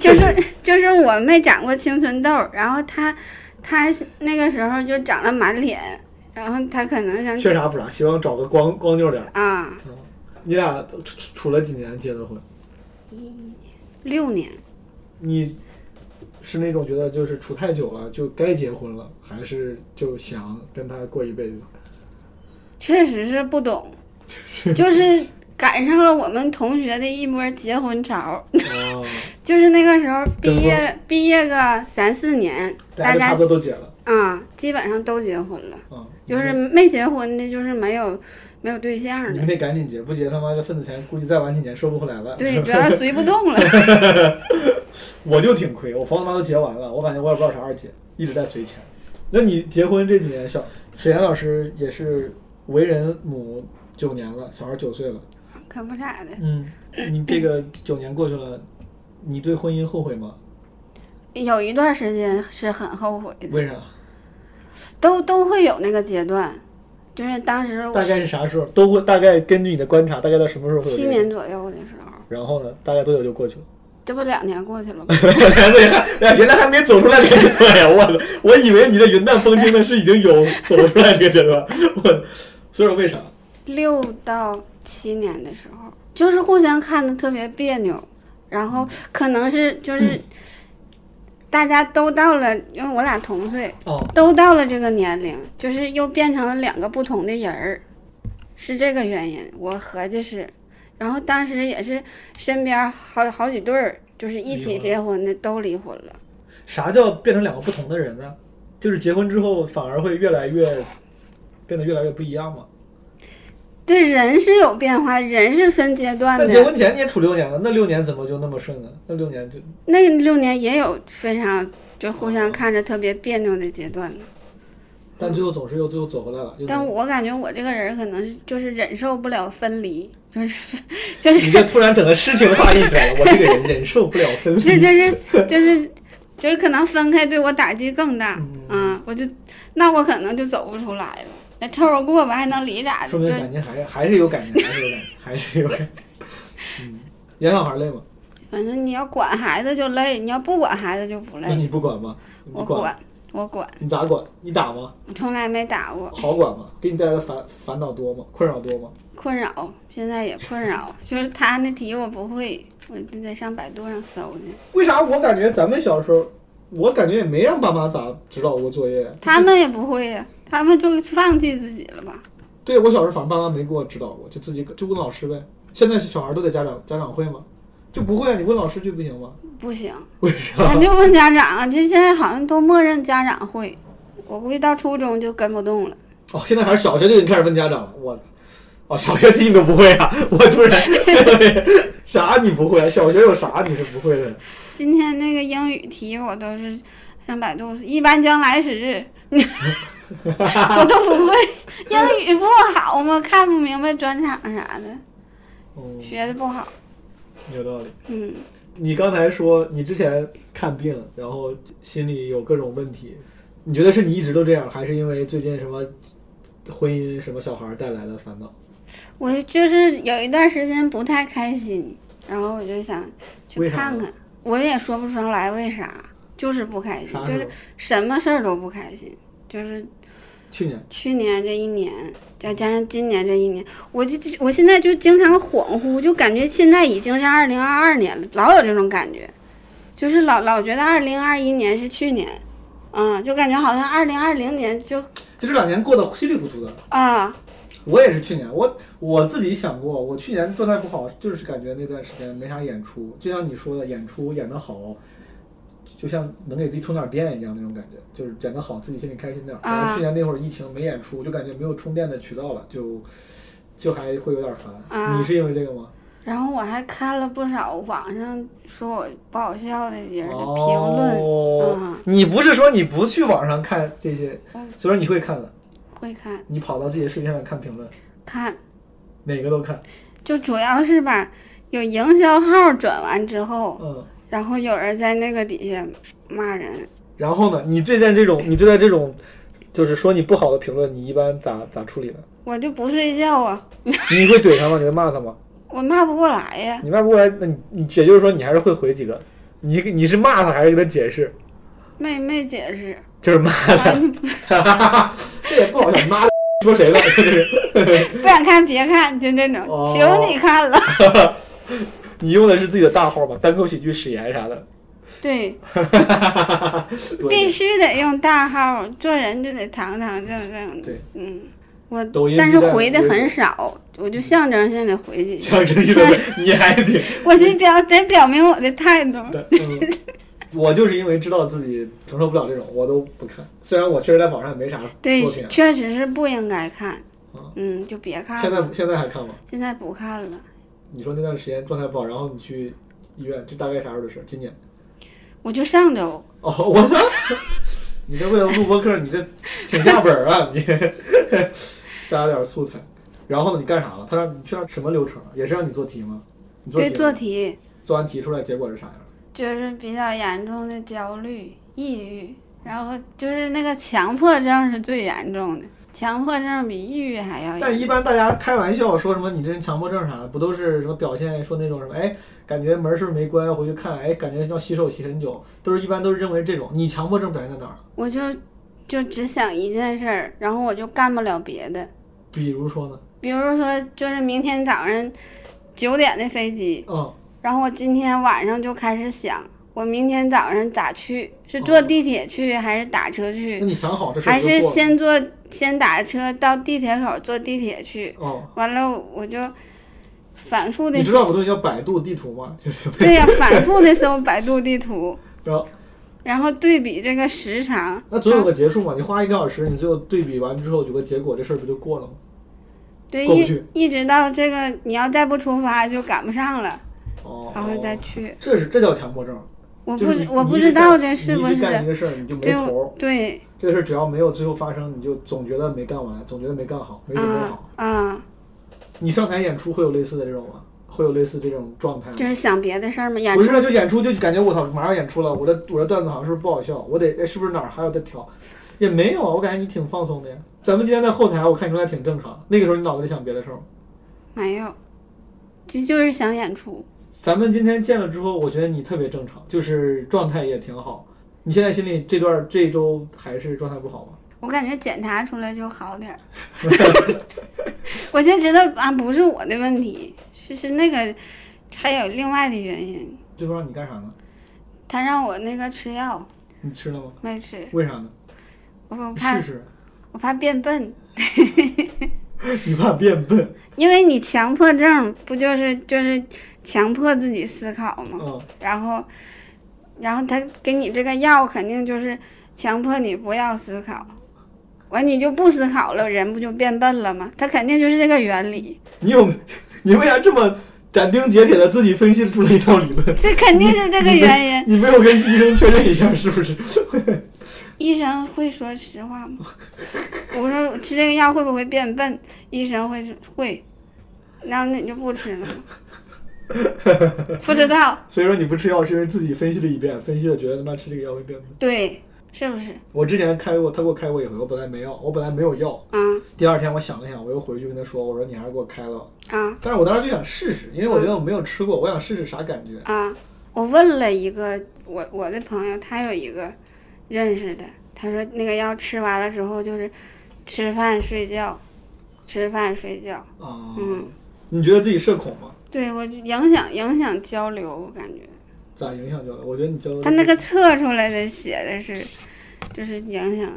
就是就是我没长过青春痘，然后他他那个时候就长了满脸，然后他可能想
缺啥补啥，希望找个光光溜点儿。
啊
你俩处处处了几年结的婚？
六年，
你是那种觉得就是处太久了就该结婚了，还是就想跟他过一辈子？
确实是不 懂，就是赶上了我们同学的一波结婚潮，
哦，
就是那个时候毕
跟
业毕业个三四年，
大
大
家就差
家
不多都结了，
啊、基本上都结婚了，
嗯，
就是没结婚的，就是没有没有对象的
你们，得赶紧结，不结他妈这份子钱估计再晚几年收不回来了。
对，主要是随不动 了。
我就挺亏，我朋友他妈都结完了，我感觉我也不知道啥时候结，一直在随钱。那你结婚这几年，小沈岩老师也是为人母九年了，小孩九岁了，
可不咋的，
嗯，你这个九年过去了，你对婚姻后悔吗？
有一段时间是很后悔的，
为啥？啊
都都会有那个阶段，就是当时
大概是啥时候？都会大概根据你的观察，大概到什么时候会有、这
七
个？
年。左右的时候，
然后呢？大概多久就 过去了？
这不两年过去了吗？
哎原来还没走出来这个阶段呀！我我以为你这云淡风轻的是已经有走出来这个阶段， 我所以说为啥？
六到七年的时候，就是互相看的特别别扭，然后可能是 就是大家都到了，因为我俩同岁，
哦，
都到了这个年龄，就是又变成了两个不同的人儿，是这个原因。我合计是，然后当时也是身边好好几对儿，就是一
离
起
婚
结婚的都离婚了。
啥叫变成两个不同的人呢？就是结婚之后反而会越来越变得越来越不一样嘛。
对，人是有变化，人是分阶段
但结
的。
婚前你也处六年了，那六年怎么就那么顺呢？那六年就
那六年也有非常就互相看着特别别扭的阶段呢。
但最后总是又最后走回来了。又
但
能
我感觉我这个人可能是就是忍受不了分离，就是 就
你
是
这突然整个诗情画意起来了，我这个人忍受不了 分
这
离。
就是就是就是可能分开对我打击更大，
嗯
嗯，我就那我可能就走不出来了。那凑合过吧，还能离咋
说
的？
明
就
感情还是还是有感情，还是有感情，还是有感情。嗯，养小孩累吗？
反正你要管孩子就累，你要不管孩子就不
那
累。
你不管吗？你
我
管吗，
管，我管，
你咋管？你打吗？
我从来没打过，
好管吗？给你带来的烦烦恼多吗？困扰多吗？
困扰，现在也困扰。就是他那题我不会，我就得上百度上搜去。
为啥我感觉咱们小时候，我感觉也没让爸妈咋指导过作业？
他们也不会呀，他们就放弃自己了吧？
对我小时候，反正爸妈没给我指导过，就自己就问老师呗。现在小孩都得家长家长会吗？就不会啊？你问老师就不行吗？
不行，
为啥？
咱就问家长啊，就现在好像都默认家长会，我估计到初中就跟不动了。
哦，现在还是小学就已经开始问家长了，我操！哦，小学题你都不会啊？我突然啥你不会、啊？小学有啥你是不会的？
今天那个英语题我都是上百度，一般将来时，我都不会。英语不好嘛，看不明白专场啥的，
嗯，
学的不好。
有道理。
嗯，
你刚才说你之前看病，然后心里有各种问题，你觉得是你一直都这样，还是因为最近什么婚姻、什么小孩带来的烦恼？
我就是有一段时间不太开心，然后我就想去
为啥
看
呢
看，我也说不出来为啥，就是不开心，
啥
就
时
是
候？
什么事儿都不开心，就是
去年。
去年这一年，再加上今年这一年，我就我现在就经常恍惚，就感觉现在已经是二零二二年了，老有这种感觉，就是老老觉得二零二一年是去年，嗯，就感觉好像二零二零年就
就这两年过得稀里糊涂的，
啊，
我也是去年，我我自己想过，我去年状态不好，就是感觉那段时间没啥演出，就像你说的，演出演得好，就像能给自己充点电一样那种感觉，就是演得好，自己心里开心点
啊
儿。然后去年那会儿疫情没演出，就感觉没有充电的渠道了，就就还会有点烦。
啊
你是因为这个吗？
然后我还看了不少网上说我不好笑的人的评论，
哦，
嗯
你不是说你不去网上看这些
嗯，
所以说你会看的，
会看
你跑到自己的视频上面看评论，
看，
哪个都看。
就主要是吧，有营销号转完之后，
嗯。
然后有人在那个底下骂人，
然后呢，你对待这种，你对待这种，就是说你不好的评论，你一般咋咋处理呢？
我就不睡觉啊。
你会怼他吗？你会骂他吗？
我骂不过来呀，
你骂不过来，那你你也就是说你还是会回几个，你你是骂他还是给他解释？
没没解释，
就是骂
完就不
他， 这也不好想骂说谁了？
不想看别看，就那种，
哦
求你看了。
你用的是自己的大号嘛，单口喜剧史岩啥的，
对，必须得用大号，做人就得堂堂正正的。
对，
嗯，我
抖音
但是
一旦
回的
微博
很少，我就象征性的回去一下，
象征性的问，你还 挺
我就表得表明我的态度。
对，嗯，我就是因为知道自己承受不了这种，我都不看。虽然我确实在网上也没啥作品
对，
啊，
确实是不应该看
嗯。
嗯，就别看
现在
了，
现在还看吗？
现在不看了。
你说那段时间状态不好，然后你去医院，这大概啥时候的事？今年？
我就上周，
哦，我操！你这为了录播客，你这挺下本儿啊！你加点素材。然后呢，你干啥了？他让你去那什么流程啊？也是让你做题吗？你做题
对
吗
做题
做完题出来结果是啥样？
就是比较严重的焦虑、抑郁，然后就是那个强迫症是最严重的，强迫症比抑郁还要
但
严
一般大家开玩笑说什么你这人强迫症啥的，不都是什么表现说那种什么哎，感觉门儿是不是没关，回去看哎，感觉要洗手洗很久，都是一般都是认为这种。你强迫症表现在哪儿？
我就就只想一件事儿，然后我就干不了别的。
比如说呢？
比如说，就是明天早上九点的飞机，
嗯，
然后我今天晚上就开始想，我明天早上咋去？是坐地铁去还是打车
那
去？
你想好这事儿
还
嗯就是过了。
先坐先打车到地铁口坐地铁去？
哦，
完了我就反复的
你知道有个东西叫百度地图吗？就是
对呀、反复的搜百度地图，
然后
然后对比这个时长。
那总有个结束嘛，你花一个小时，你最后对比完之后有个结果，这事儿不就过了吗？
啊对，
过不
一
去
一直到这个，你要再不出发就赶不上了，
哦，
然后再去。
这是这叫强迫症。
我
就
不
是
知
你
我
你
不
一
知
直
道
干
这是不
你一直干一
是
个事儿你就没
对
头儿
我，对
这个事儿只要没有最后发生，你就总觉得没干完，总觉得没干好，没准备好
啊。啊，
你上台演出会有类似的这种吗？会有类似这种状态
就
吗？
是想别的事儿嘛，演
不
出
是，就演出就感觉我操，马上要演出了，我的我的段子好像是不是不好笑？我得哎是不是哪儿还要再调？也没有啊，我感觉你挺放松的呀。咱们今天在后台，我看你出来挺正常。那个时候你脑子里想别的事儿吗？
没有，这就是想演出。
咱们今天见了之后，我觉得你特别正常，就是状态也挺好。你现在心里这段这一周还是状态不好吗？
我感觉检查出来就好点儿，我就觉得啊，不是我的问题，是是那个，还有另外的原因，
最后让你干啥呢？
他让我那个吃药
你吃了吗？
没吃，
为啥呢？
我我
你
怕
试试，
我怕变笨，
你怕变笨。
因为你强迫症不就是就是强迫自己思考吗？
嗯，
然后，然后他给你这个药肯定就是强迫你不要思考，完你就不思考了，人不就变笨了吗？他肯定就是这个原理，
你有， 你为啥这么斩钉截铁的自己分析出了一套理论？
这肯定是这个原因。
你没有跟医生确认一下是不是？
医生会说实话吗？ 我说吃这个药会不会变笨？医生会说会，然后你就不吃了吗？ 不知道，
所以说你不吃药是因为自己分析了一遍，分析的觉得他妈吃这个药会变笨。
对，是不是？
我之前开过，他给我开过一回，我本来没药，我本来没有药。
啊
第二天我想了想，我又回去跟他说，我说你还是给我开了吧。
啊
但是我当时就想试试，因为我觉得我没有吃过，我想试试啥感觉。
啊！我问了一个我我的朋友，他有一个认识的，他说那个药吃完了之后就是吃饭睡觉，吃饭睡觉，
啊、
嗯，
你觉得自己社恐吗？
对我影响影响交流，我感觉。
咋影响交流？我觉得你交流，
他那个，测出来的写的是，就是影响，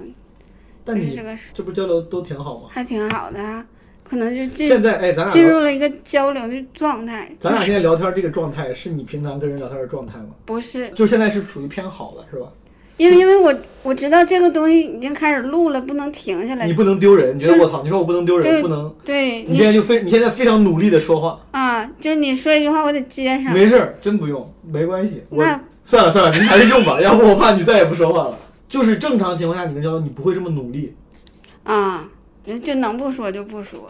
但
就是
你
这个
这不交流都挺好吗？
还挺好的、啊，可能就进
现在哎，咱俩
进
聊
入了一个交流的状态。
咱俩现在聊天这个状态，是你平常跟人聊天的状态吗？
不是，
就现在是属于偏好的，是吧？
因为因为我我知道这个东西已经开始录了，不能停下来
你。不能丢人，你觉
就
得
是
我操，你说我不能丢
对
人，不能，
对
你现在
你
就非你现在非常努力的说话，
啊，就是你说一句话，我得接上。
没事儿，真不用，没关系。我
那
算了算了，您还是用吧，要不我怕你再也不说话了。就是正常情况下，你跟交流你不会这么努力，
啊，人就能不说就不说，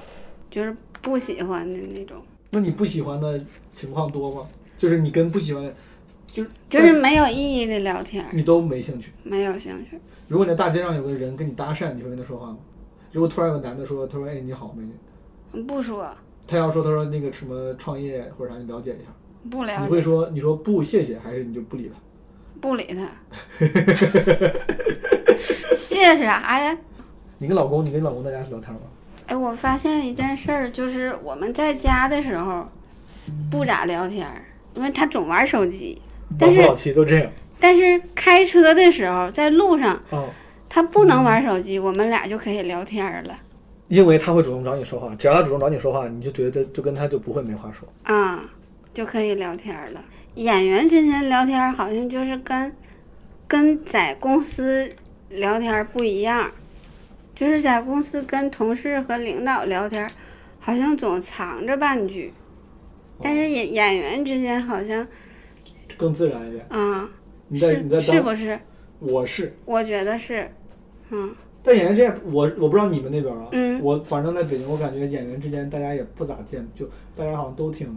就是不喜欢的那种，
那你不喜欢的情况多吗？就是你跟不喜欢的，就是
就是没有意义的聊天，
你都没兴趣。
没有兴趣。
如果你在大街上有个人跟你搭讪，你会跟他说话吗？如果突然有个男的说，他说：“哎，你好，美女。
不说，”
他要说他说那个什么创业或者啥，你了解一下。
不了
你会
解，
说你说不谢谢，还是你就不理他？
不理 他。谢啥呀？
你跟老公，你跟老公在家聊天吗？
哎，我发现一件事儿，就是我们在家的时候不咋聊天儿，因为他总玩手机。但是
老夫老妻都这样
但是开车的时候，在路上
哦，
他不能玩手机，我们俩就可以聊天儿了。
因为他会主动找你说话，只要他主动找你说话，你就觉得就跟他就不会没话说。
啊，就可以聊天了。演员之间聊天好像就是跟跟在公司聊天不一样，就是在公司跟同事和领导聊天，好像总藏着半句，
哦
但是演演员之间好像
更自然一点。
啊，
你在你在
是是
当
不是？
我是，
我觉得是，嗯，
但演员之间，我我不知道你们那边啊，
嗯
我反正在北京，我感觉演员之间大家也不咋见，就大家好像都挺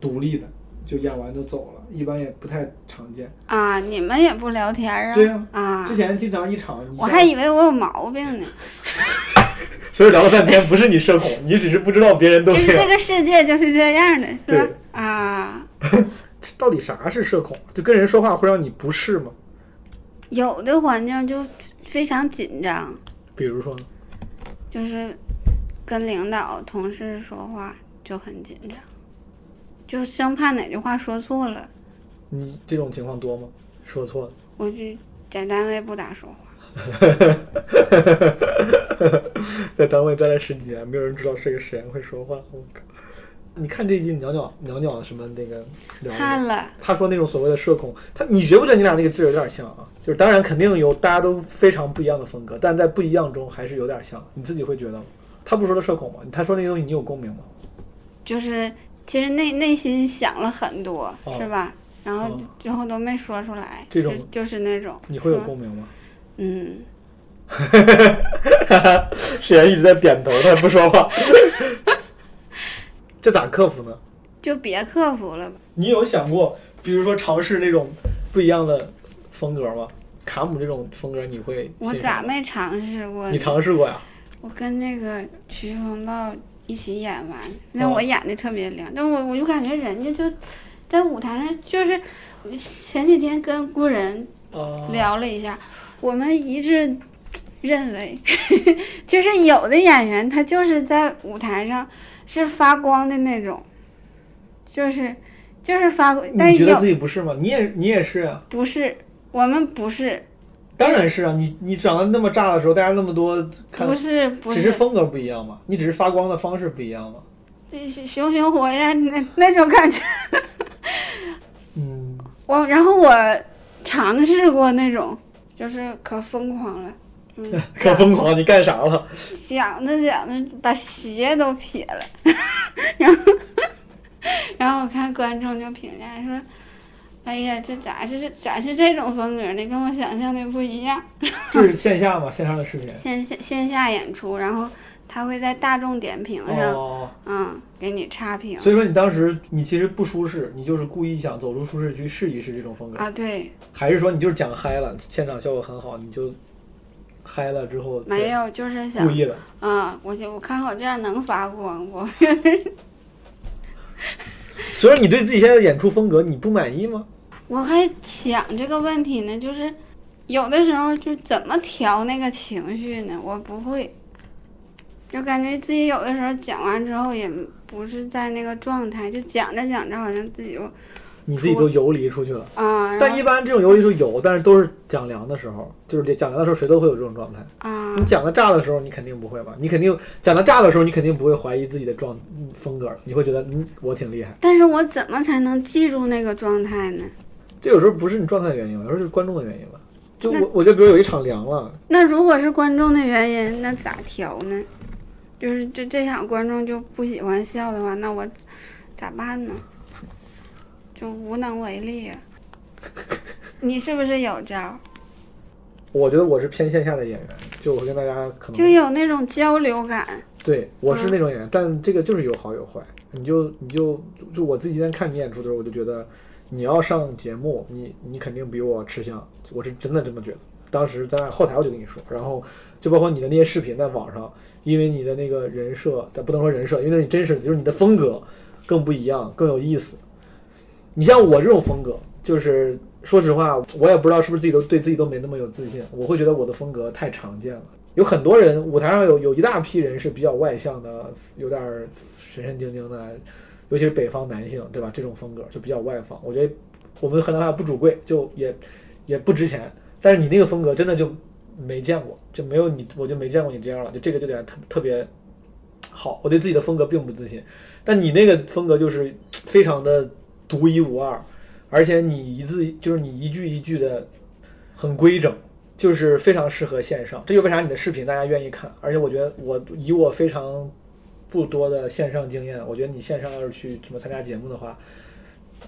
独立的，就演完就走了，一般也不太常见。
啊，你们也不聊天啊？
对呀
啊
之，前经常一场，你
我
像
还以为我有毛病呢。
所以聊了半天，不是你社恐，你只是不知道别人都
就是
这
这
样。
个世界就是这样的，是吧
对？
啊，
到底啥是社恐？就跟人说话会让你不适吗？
有的环境就非常紧张，
比如说呢，
就是跟领导、同事说话就很紧张，就生怕哪句话说错了，
你这种情况多吗？说错了，
我就在单位不咋说话。
在单位待了十几年，没有人知道这个谁会说话。我靠！你看这集鸟鸟鸟鸟什么那个聊的
看了，
他说那种所谓的社恐，他你觉不觉得你俩那个劲儿有点像啊？就是当然肯定有，大家都非常不一样的风格，但在不一样中还是有点像。你自己会觉得吗？他不说的社恐吗？他说那些东西你有共鸣吗？
就是其实内内心想了很多，
哦
是吧？然后
嗯
最后都没说出来，
这种
就就是那种，
你会有
是吧啊
共鸣吗？
嗯，
沈岩一直在点头，他也不说话。 这咋克服呢？
就别克服了吧。
你有想过，比如说尝试那种不一样的风格吗？卡姆这种风格你会？
我咋？没尝试过呢？
你尝试过呀？
我跟那个《徐风暴》一起演完，那
哦
我演的特别亮，但我我就感觉人家就在舞台上，就是前几天跟故人
啊
聊了一下，我们一致认为， 就是有的演员他就是在舞台上是发光的那种，就是就是发光，但
你觉得自
有
己不是吗？你也你也是啊，
不是我们不是
当然是啊。你你长得那么炸的时候，大家那么多看
不，是不
只
是
是风格不一样嘛，你只是发光的方式不一样嘛。
熊熊火焰那那种感觉。
嗯，
我然后我尝试过那种，就是可疯狂了，
可疯狂，你干啥 了？
想着想着把鞋都撇了， 然后然后我看观众就评价说。哎呀，这咋是咋是这种风格的？跟我想象的不一样。
这是线下嘛，线上的视频。
线下线下演出，然后他会在大众点评上，
哦，
嗯，给你差评
所以说你当时你其实不舒适，你就是故意想走出舒适区试一试这种风格，
啊。对，
还是说你就是讲嗨了，现场效果很好，你就嗨了之后
没有，就是想
故，意的？
嗯，我就我看我这样能发光不？
所以说你对自己现在的演出风格你不满意吗？
我还想这个问题呢，就是有的时候就怎么调那个情绪呢？我不会，就感觉自己有的时候讲完之后也不是在那个状态，就讲着讲着好像自己就
你自己都游离出去了。
啊，然
但一
后
般这种游离是有，但是都是讲凉的时候，就是这讲凉的时候谁都会有这种状态。
啊
你讲到炸的时候，你肯定不会吧？你肯定讲到炸的时候，你肯定不会怀疑自己的状嗯风格，你会觉得嗯我挺厉害。
但是我怎么才能记住那个状态呢？
这有时候不是你状态的原因吧，有时候是观众的原因吧。就
那
我我觉得，比如有一场凉了，
那如果是观众的原因，那咋调呢？就是这这场观众就不喜欢笑的话，那我咋办呢？就无能为力呀、你是不是有招儿？
我觉得我是偏线下的演员，就我跟大家可能
就有那种交流感
对我是
嗯
那种演员，但这个就是有好有坏。你就你就就我自己今天看你演出的时候，我就觉得你要上节目，你你肯定比我吃香，我是真的这么觉得。当时在后台我就跟你说，然后就包括你的那些视频在网上，因为你的那个人设，但不能说人设，因为那是你真实的，就是你的风格更不一样，更有意思。你像我这种风格，就是说实话，我也不知道是不是自己都对自己都没那么有自信。我会觉得我的风格太常见了。有很多人舞台上有有一大批人是比较外向的，有点儿神神经经的，尤其是北方男性，对吧？这种风格就比较外放。我觉得我们河南话不主贵，就也也不值钱。但是你那个风格真的就没见过，就没有你，我就没见过你这样了，就这个就得特特别好。我对自己的风格并不自信，但你那个风格就是非常的独一无二，而且你一字就是你一句一句的很规整，就是非常适合线上。这就为啥你的视频大家愿意看，而且我觉得我以我非常不多的线上经验，我觉得你线上要是去什么参加节目的话，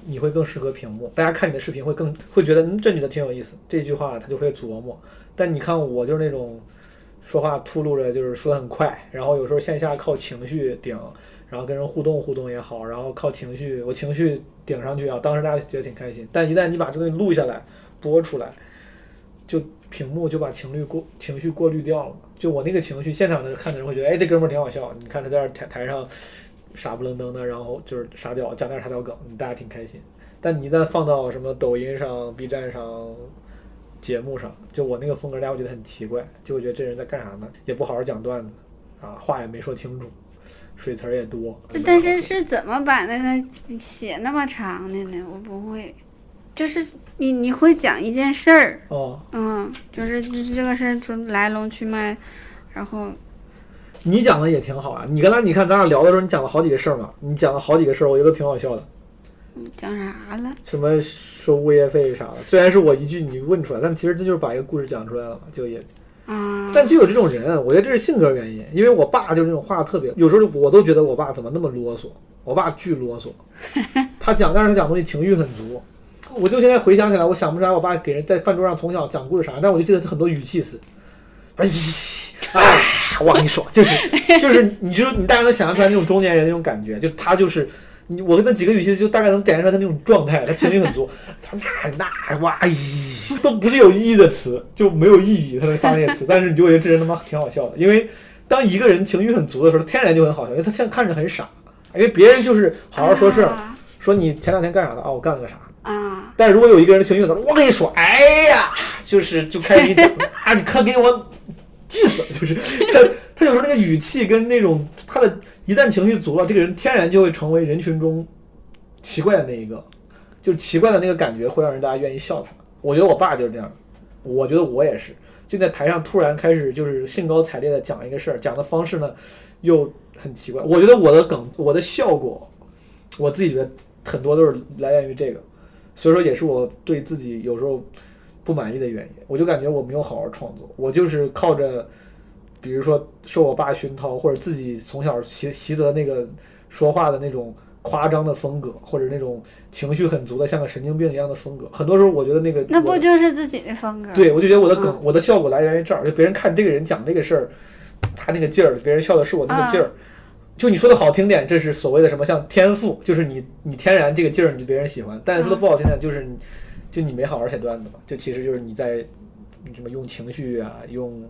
你会更适合屏幕，大家看你的视频会更会觉得、嗯、这女的挺有意思，这句话她就会琢磨。但你看我就是那种说话秃噜着，就是说的很快，然后有时候线下靠情绪顶，然后跟人互动互动也好，然后靠情绪，我情绪顶上去啊，当时大家觉得挺开心。但一旦你把这个东西录下来播出来，就屏幕就把情绪过情绪过滤掉了嘛。就我那个情绪，现场的人看的人会觉得，哎，这哥们儿挺好笑，你看他在那台台上。傻不愣登的，然后就是傻屌讲点傻屌梗，大家挺开心。但你一旦放到什么抖音上、B 站上、节目上，就我那个风格，大家会觉得很奇怪，就会觉得这人在干啥呢？也不好好讲段子，啊，话也没说清楚，水词儿也多。
但是是怎么把那个写那么长的呢？我不会，就是你你会讲一件事儿，
哦，
嗯，就是就是这个事儿从来龙去脉，然后。
你讲的也挺好啊！你刚才你看咱俩聊的时候，你讲了好几个事儿嘛，你讲了好几个事儿，我觉得挺好笑的。
嗯讲啥了？
什么收物业费啥的，虽然是我一句你问出来，但其实这就是把一个故事讲出来了嘛，就也。
啊，
但就有这种人，我觉得这是性格原因。因为我爸就是那种话特别，有时候我都觉得我爸怎么那么啰嗦，我爸巨啰嗦。他讲，但是他讲东西情绪很足。我就现在回想起来，我想不出来我爸给人在饭桌上从小讲故事啥，但我就记得他很多语气词。哎，哎，我跟你说，就是就是，你就你大概能想象出来那种中年人那种感觉，就他就是你，我跟他几个语气就大概能展现出来他那种状态，他情绪很足， 他那那哇咦，都不是有意义的词，就没有意义，他能发那些词，但是你就觉得这人他妈挺好笑的，因为当一个人情绪很足的时候，天然就很好笑，因为他现在看着很傻，因为别人就是好好说事儿，
啊
说你前两天干啥的啊，我干了个啥，
啊，
但如果有一个人情绪很足，我跟你说，哎呀，就是就开始你讲啊，你可给我 气死了，就是他他有时候那个语气跟那种他的一旦情绪足了，这个人天然就会成为人群中奇怪的那一个，就奇怪的那个感觉会让人大家愿意笑他。我觉得我爸就是这样，我觉得我也是，就在台上突然开始就是兴高采烈的讲一个事儿，讲的方式呢又很奇怪。我觉得我的梗，我的效果，我自己觉得很多都是来源于这个。所以说也是我对自己有时候不满意的原因。我就感觉我没有好好创作，我就是靠着，比如说受我爸熏陶，或者自己从小习习得那个说话的那种夸张的风格，或者那种情绪很足的像个神经病一样的风格。很多时候我觉得那个
那
我
不就是自己的风格？
对，我就觉得我的梗、
嗯
我的效果来源于这儿，就别人看这个人讲这个事儿，他那个劲儿，别人笑的是我那个劲儿。就你说的好听点，这是所谓的什么像天赋，就是你你天然这个劲儿，你就别人喜欢。但是说的不好听点，就是你就你没好好写段子嘛，就其实就是你在什么用情绪啊，用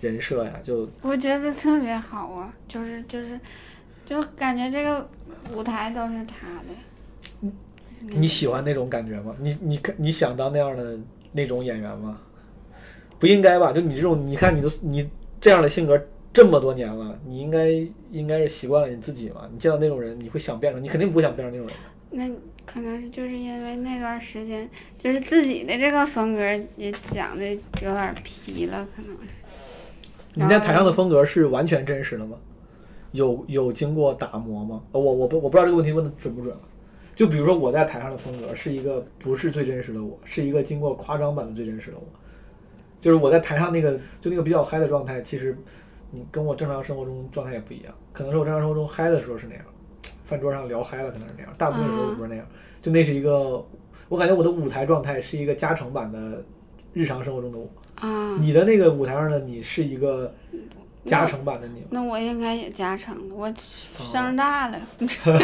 人设呀、就
我觉得特别好啊，就是就是，就感觉这个舞台都是他的。
你喜欢那种感觉吗？你你你想当那样的那种演员吗？不应该吧？就你这种，你看你的你这样的性格这么多年了，你应该应该是习惯了你自己嘛。你见到那种人，你会想变成，你肯定不会想变成那种人。
那可能是就是因为那段时间，就是自己的这个风格也讲的有点皮了，可能是。
你在台上的风格是完全真实的吗？有有经过打磨吗？呃我我不我不知道这个问题问的准不准啊。就比如说我在台上的风格是一个不是最真实的我，是一个经过夸张版的最真实的我。就是我在台上那个就那个比较嗨的状态，其实你跟我正常生活中状态也不一样。可能是我正常生活中嗨的时候是那样，饭桌上聊嗨了可能是那样，大部分时候不是那样。就那是一个，我感觉我的舞台状态是一个加成版的日常生活中的我。
啊，
你的那个舞台上的你是一个加成版的你吗，
那我应该也加成了，我声大了，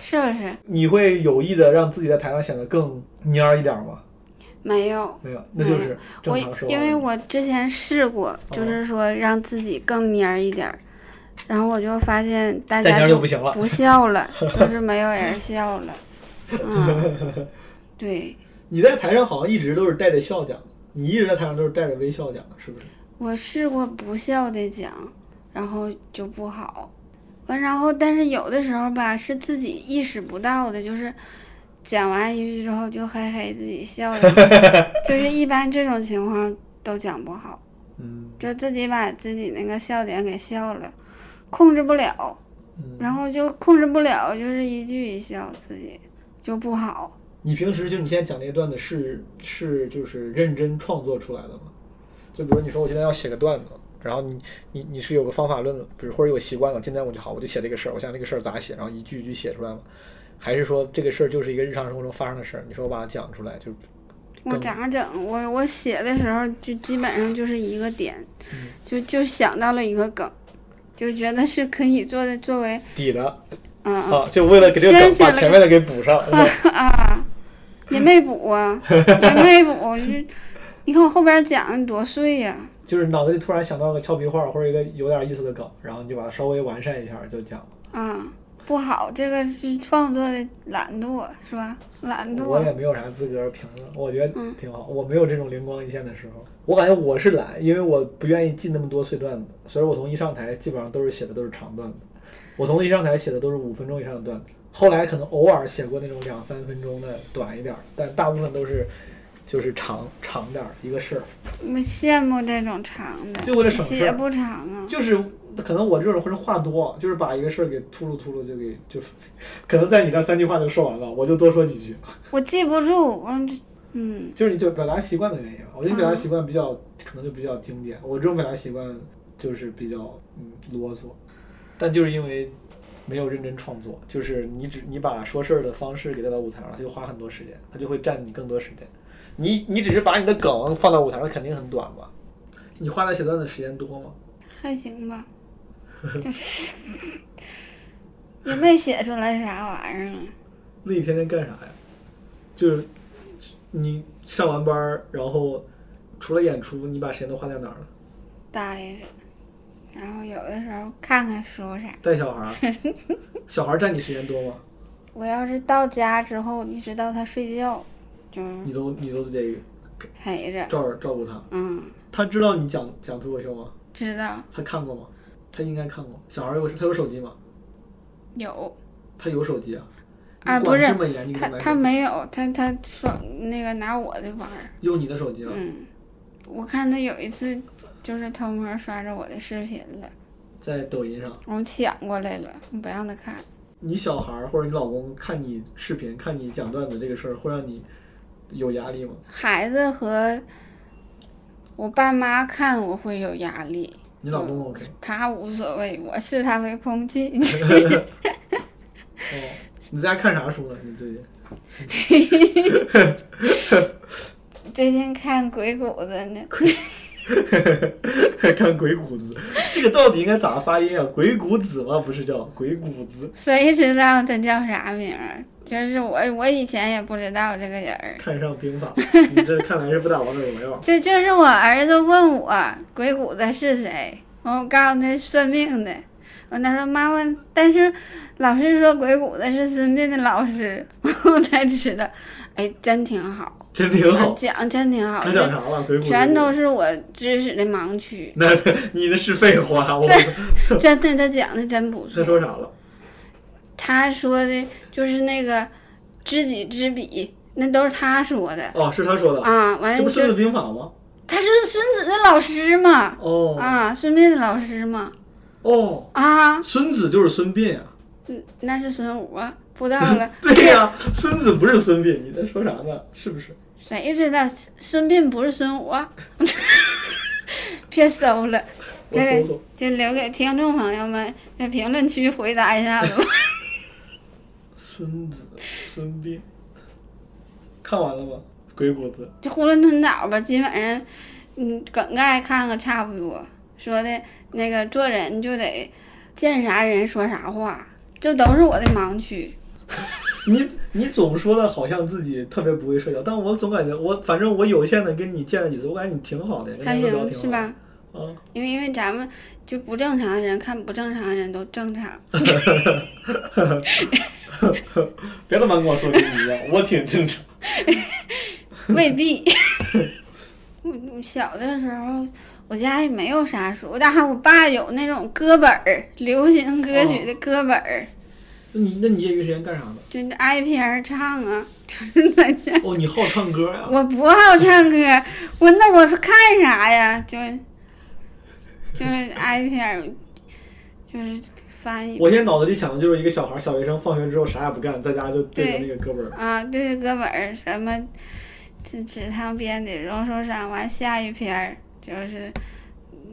是不是？
你会有意的让自己在台上显得更蔫儿一点吗？
没有，
没有，那就是正
我
常说话。啊哦
因为我之前试过，就是说让自己更蔫儿一点儿，然后我就发现大
再蔫
家
儿就不行了
不笑 了，就是没有人笑了。嗯， 对，
你在台上好像一直都是带着笑讲的，你一直在台上都是带着微笑讲的，是不是？
我试过不笑的讲，然后就不好。完，然后但是有的时候吧，是自己意识不到的，就是讲完一句之 后就嘿嘿自己笑了，就是一般这种情况都讲不好。
嗯
就自己把自己那个笑点给笑了，控制不了，
嗯。
然后就控制不了，就是一句一笑，自己就不好。
你平时就是你现在讲那段子是是就是认真创作出来的吗？就比如你说我今天要写个段子，然后你你你是有个方法论的，比如或者有个习惯了，今天我就好我就写这个事儿，我想这个事儿咋写，然后一句一句写出来吗？还是说这个事儿就是一个日常生活中发生的事儿，你说我把它讲出来就
我
更
咋整？我我写的时候就基本上就是一个点，
嗯
就就想到了一个梗，就觉得是可以做的作为，
抵的
嗯嗯
啊？就为了给这个
先
梗
写
把
了
前
个
面的给 补上，是吧
啊，也没补 啊，也没补，就是你看我后边讲的多碎呀、
就是脑子里突然想到个俏皮话或者一个有点意思的梗，然后你就把它稍微完善一下就讲了。
啊，不好，这个是创作的懒惰，是吧？懒
我也
惰，
没有啥资格评论，我觉得
嗯
挺好。我没有这种灵光一现的时候，我感觉我是懒，因为我不愿意记那么多碎段子，所以我从一上台基本上都是写的都是长段子。我从一上台写的都是五分钟以上的段子，后来可能偶尔写过那种两三分钟的短一点儿，但大部分都是就是长长点儿一个事儿。
我羡慕这种长的，
就为了省事
写
儿
不长啊。
就是可能我这种人或者话多，就是把一个事儿给秃噜秃噜就给就， 可能在你这儿三句话就说完了，我就多说几句。
我记不住，我嗯，
就是你就表达习惯的原因。我觉得表达习惯比较、可能就比较经典，我这种表达习惯就是比较嗯啰嗦，但就是因为没有认真创作，就是你只你把说事儿的方式给带到舞台上，它就花很多时间，它就会占你更多时间。你你只是把你的梗放到舞台上，肯定很短吧？你花在写段子的时间多吗？
还行 吧，就是也没写出来啥玩意儿了。
那你天天干啥呀？就是你上完班儿，然后除了演出，你把时间都花在哪儿了？
待着，然后有的时候看看书啥。
带小孩儿，小孩儿占你时间多吗？
我要是到家之后，一直到他睡觉，就
你都你都得
陪着。
照照顾他。
嗯，
他知道你讲讲脱口秀吗？
知道
他看过吗？他应该看过。小孩有他有手机吗？
有
他有手机啊。
啊？
你
不
管
是
这么严，你给
他他
买手机
没有，他他说那个拿我的玩儿。
用你的手机啊？
嗯，我看他有一次就是偷摸刷着我的视频了，
在抖音上，
我抢过来了，我不让他看。
你小孩儿或者你老公看你视频、看你讲段子这个事儿，会让你有压力吗？
孩子和我爸妈看我会有压力，
你老
嗯
公 OK？
他无所谓，我视他为空气。
哦，你在家看啥书呢？你最近
最近看鬼谷子呢，
看《鬼谷子》，这个到底应该咋发音啊？鬼谷子吗？不是叫鬼谷子？
谁知道他叫啥名儿？就是我，我以前也不知道这个人儿。
看上兵法，你这看来是不打王者荣耀。
这就是我儿子问我鬼谷子是谁，我告诉他算命的。我他说妈妈，但是老师说鬼谷子是孙膑的老师，我才知道，哎，真挺好，
真挺
他
好。
讲真挺好，
他讲啥了？鬼
这
谷子，
全都是我知识的盲区
那 你的是废话。我
真的他讲的真不
他
错。
说啥了？
他说的就是那个知己知彼，那都是他说的
哦，是他说的。
啊。完
这
了
不《孙子
就
兵法》吗？
他是孙子的老师嘛，
哦
啊，孙膑的老师嘛，
哦，
啊，
孙子就是孙膑啊。。
嗯，那是孙武啊，不知道了
对呀、孙子不是孙膑，你在说啥呢？是不是？
谁知道孙膑不是孙武啊？ 别搜了，
我
这
搜
个
搜。
就留给听众朋友们在评论区回答一下子吧。
孙子，孙膑。看完了吗？鬼谷子。
就囫囵吞枣吧，基本上，嗯，梗概看个差不多。说的那个做人就得见啥人说啥话，这都是我的盲区。
你你总说的好像自己特别不会社交，但我总感觉我反正我有限的跟你见了几次，我感觉你挺好的，跟
还
大家聊
行
挺好
是吧？
啊。
因为因为咱们就不正常的人看不正常的人都正常，
别他妈跟我说跟你一样，我挺正常。
未必。我我小的时候，我家也没有啥书，但我爸有那种歌本儿，流行歌曲的歌本儿，
那你那你业余时间干啥呢？
就是挨篇儿唱啊， 就是在家。
哦，你好唱歌呀、
我不好唱歌，我那我看啥呀？就就是挨片儿，就是翻译
我现在脑子里想的就是一个小孩，小学生放学之后啥也不干，在家就对
对
着那个哥们儿，
啊，对着哥本儿什么纸纸汤边的榕树上，完下一篇儿就是。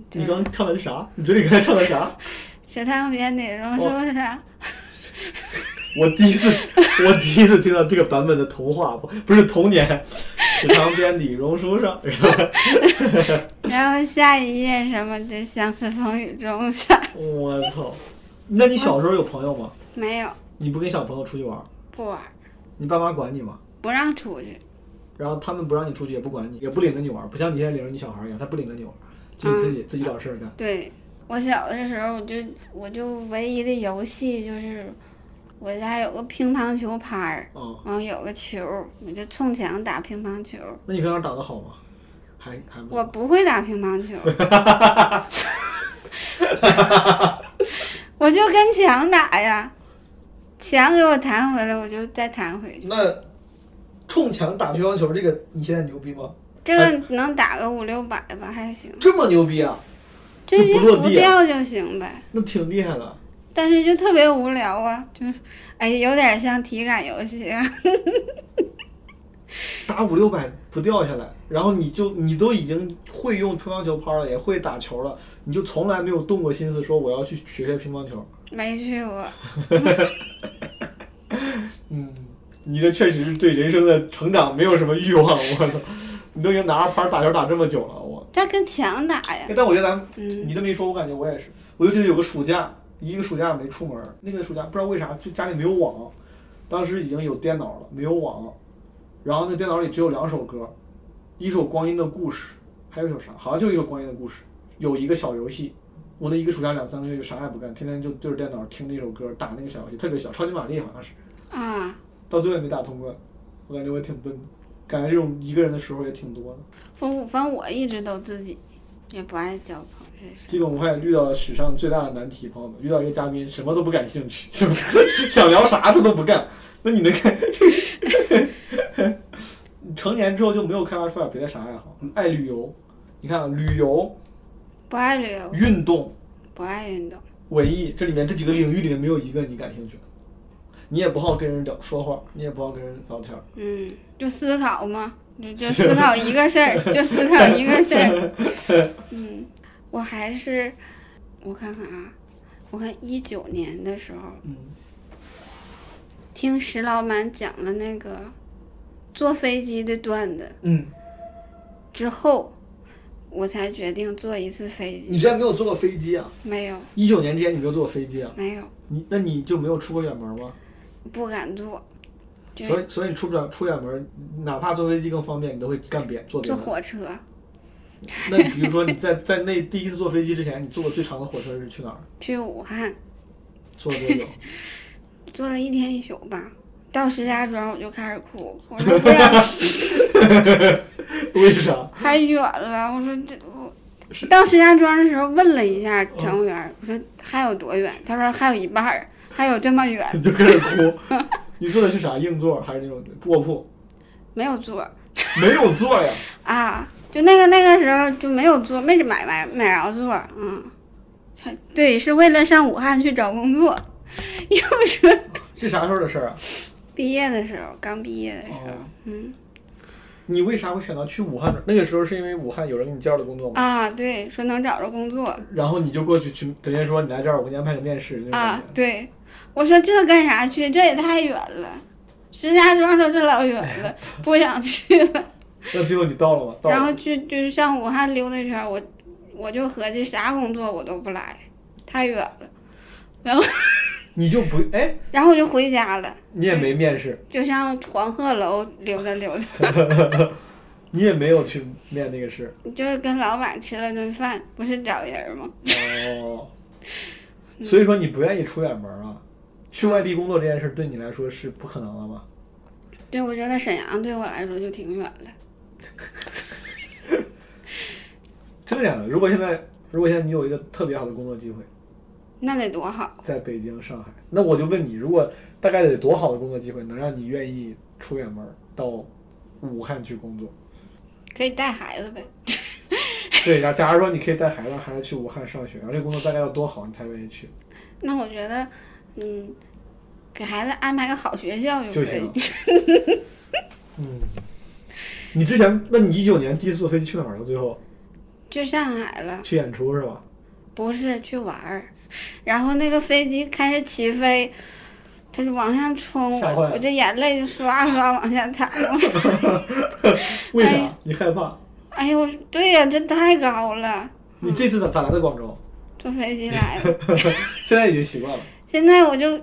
就
你
是
刚刚唱的是啥？你嘴里刚才唱的啥？
池塘边的榕树上，
我第一次，我第一次听到这个版本的童话，不不是童年，池塘边的榕树上，然后
然后下一页什么就相思风雨中啥
我操，那你小时候有朋友吗？
没有，
你不跟小朋友出去玩，
不玩儿，
你爸妈管你吗？
不让出去。
然后他们不让你出去，也不管你，也不领着你玩，不像你现在领着你小孩一样，他不领着你玩，就你自己、自己找事儿干。
对我小的时候，我就我就唯一的游戏就是，我家有个乒乓球拍儿，
哦，
然后有个球儿，我就冲墙打乒乓球。
那你平常打得好吗？还还不
我不会打乒乓球，我就跟墙打呀，墙给我弹回来，我就再弹回去。
那冲墙打乒乓球这个你现在牛逼吗？
这个能打个五六百吧，还行，
这么牛逼啊？
就
就是不落地啊
掉就行呗。
那挺厉害的。
但是就特别无聊啊，就是，哎，有点像体感游戏啊。
打五六百不掉下来，然后你就你都已经会用乒乓球拍了，也会打球了，你就从来没有动过心思说我要去学学乒乓球。
没去过，
嗯，你这确实是对人生的成长没有什么欲望，我操！你都已经拿着拍打球打这么久了，我。
这跟墙打呀
哎。但我觉得咱们
嗯，
你这么一说，我感觉我也是，我就记得有个暑假，一个暑假没出门儿，那个暑假不知道为啥就家里没有网，当时已经有电脑了，没有网，然后那电脑里只有两首歌，一首《光阴的故事》，还有一首啥，好像就一个《光阴的故事》，有一个小游戏。我那一个暑假两三个月就啥也不干，天天就对着电脑听那首歌，打那个小游戏，特别小，超级玛丽好像是，
啊，
到最后也没打通关，我感觉我挺笨的，感觉这种一个人的时候也挺多的。
我反正我一直都自己，也不爱交朋友。
基本无害遇到史上最大的难题，朋友们，遇到一个嘉宾什么都不感兴趣， 想聊啥他都不干， 那你能干？成年之后就没有开发出来别的啥爱好，爱旅游，你看啊旅游、
不爱旅游，
运动、
不爱运动，
文艺，这里面这几个领域里面没有一个你感兴趣的，你也不好跟人聊说话，你也不好跟人聊天儿，
嗯，就思考嘛，就就思考一个事儿，就思考一个事儿。嗯，我还是，我看看啊，我看一九年的时候
嗯，
听石老板讲了那个坐飞机的段子
嗯，
之后，我才决定坐一次飞
你
机。
之前没有坐过飞机啊？
没有，
一九年之前你没有坐过飞机啊？
没有，
你那你就没有出过远门吗？
不敢坐，就
所以，所以你出不了出远门，哪怕坐飞机更方便，你都会干别坐别
坐
的。
火车。
那比如说你在在那第一次坐飞机之前，你坐过最长的火车是去哪儿？
去武汉
坐了多久？
坐了一天一宿吧，到石家庄我就开始哭，我说不要
为啥？
太远了，我说这我。到石家庄的时候问了一下乘务员，我说还有多远？他说还有一半儿，还有这么远，
你就开始哭。你坐的是啥？硬座还是那种卧铺？
没有座儿
没有座呀。
啊。就那个那个时候就没有座，没买买买着座儿，嗯，才对，是为了上武汉去找工作，又是
这啥时候的事儿啊？
毕业的时候，刚毕业的时候
哦，
嗯
你为啥会选择去武汉？那个时候是因为武汉有人给你介绍的工作吗？
啊，对，说能找着工作，
然后你就过去去，等于说你来这儿，我给你安排个面试。那种
啊
感觉，
对，我说这干啥去？这也太远了，石家庄都这老远了，不想 去了。
那最后你到了吗？到
然
了
后。就就是上武汉溜达一圈儿，我我就合计啥工作我都不来，太远了。
你就不哎，
然后我就回家了，
你也没面试，
就上黄鹤楼溜达溜达，
你也没有去面那个试。
就是跟老板吃了顿饭，不是找人儿吗？
哦，所以说你不愿意出远门啊？去外地工作这件事对你来说是不可能了吧？
对，我觉得沈阳对我来说就挺远了。
真的假的？如果现在，如果现在你有一个特别好的工作机会，
那得多好！
在北京、上海，那我就问你，如果大概得多好的工作机会能让你愿意出远门到武汉去工作？
可以带孩子呗，
对，然后假如说你可以带孩子，让孩子去武汉上学，然后这工作大概要多好你才愿意去
那我觉得，嗯，给孩子安排个好学校就
就
可以
行。。嗯，你之前，那你一九年第一次坐飞机去哪儿了？最后
去上海了，
去演出是吧？
不是去玩儿。然后那个飞机开始起飞，它就往上冲，
吓坏
我
了
我这眼泪就刷刷往下淌。
为啥？
哎
你害怕？
哎呦，对呀、这太高了，
你这次咋咋来的广州？
坐飞机来了。
现在已经习惯了，
现在我就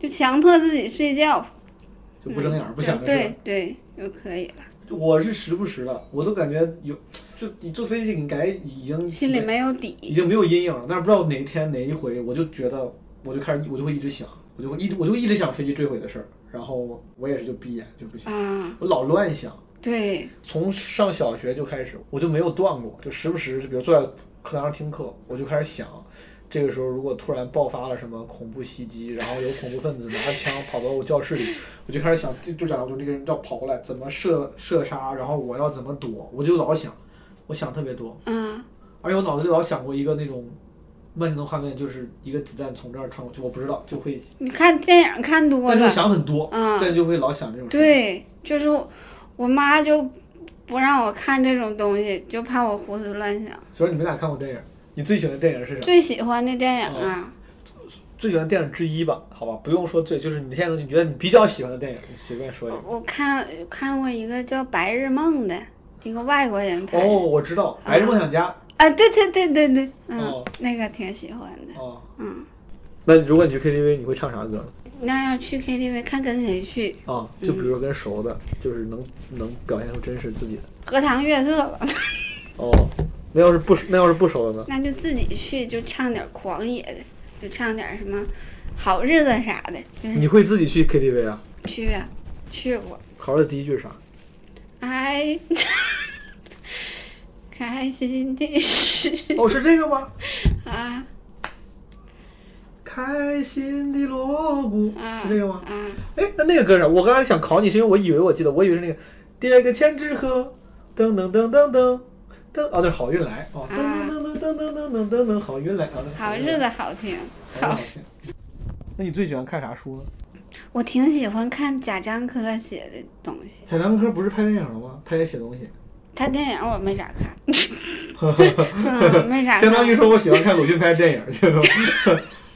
就强迫自己睡觉，
就不睁眼儿，不
就
想这事儿
对。对就可以了，
我是时不时的，我都感觉有，就你坐飞机，你感觉已经
心里没有
已
底。
经没有阴影了。但是不知道哪一天哪一回，我就觉得我就开始我就会一直想，我就会一直我就会一直想飞机坠毁的事儿。然后我也是就闭眼就不行，
啊，
我老乱想。
对，
从上小学就开始，我就没有断过，就时不时，就比如坐在课堂上听课，我就开始想，这个时候如果突然爆发了什么恐怖袭击，然后有恐怖分子拿着枪跑到我教室里，我就开始想，就就假如说这个人要跑过来，怎么射射杀，然后我要怎么躲，我就老想，我想特别多，
啊，
而且我脑子里老想过一个那种慢镜头画面，就是一个子弹从这儿穿过去，我不知道就会，
你看电影看多
但就
了，
想很多，
啊
但就会老想这种事。，
对，就是我妈就不让我看这种东西，就怕我胡思乱想。
所以你们俩看过电影，你最喜欢的电影是啥？
最喜欢的电影啊，
最喜欢的电影之一吧，好吧，不用说最，就是你现在你觉得你比较喜欢的电影，你随便说一
我
个。
我看看过一个叫《白日梦》的，一个外国人拍的。
哦，我知道《白日梦想家
啊，对对对对对，嗯，
哦
那个挺喜欢的》。
哦，
嗯，
那如果你去 KTV，你会唱啥歌呢？
那要去 KTV 看跟谁去，
啊，就比如说跟熟的，就是能能表现出真实自己的。
荷塘月色吧，
哦，那要是不那要是不熟的呢？
那就自己去，就唱点狂野的，就唱点什么好日子啥的，就是
你会自己去 KTV 啊？
去啊，去过。
考试第一句是啥？
哎，开心的事
哦，是这个吗？
啊
开心的锣鼓
啊！
是这个吗？
啊，
哎，那那个歌是？我刚才想考你，是因为我以为我记得，我以为是那个“叠个千纸鹤”，噔噔噔噔噔噔，哦，那是好运来哦，噔
啊
噔噔噔噔噔噔噔噔，好运来啊，
好日子，好听。
好。那你最喜欢看啥书呢？
我挺喜欢看贾樟柯写的东西，
贾樟柯不是拍电影了吗？他也写东西，
他电影我没咋看， 嗯、没咋看。
相当于说我喜欢看鲁迅拍的电影，这种。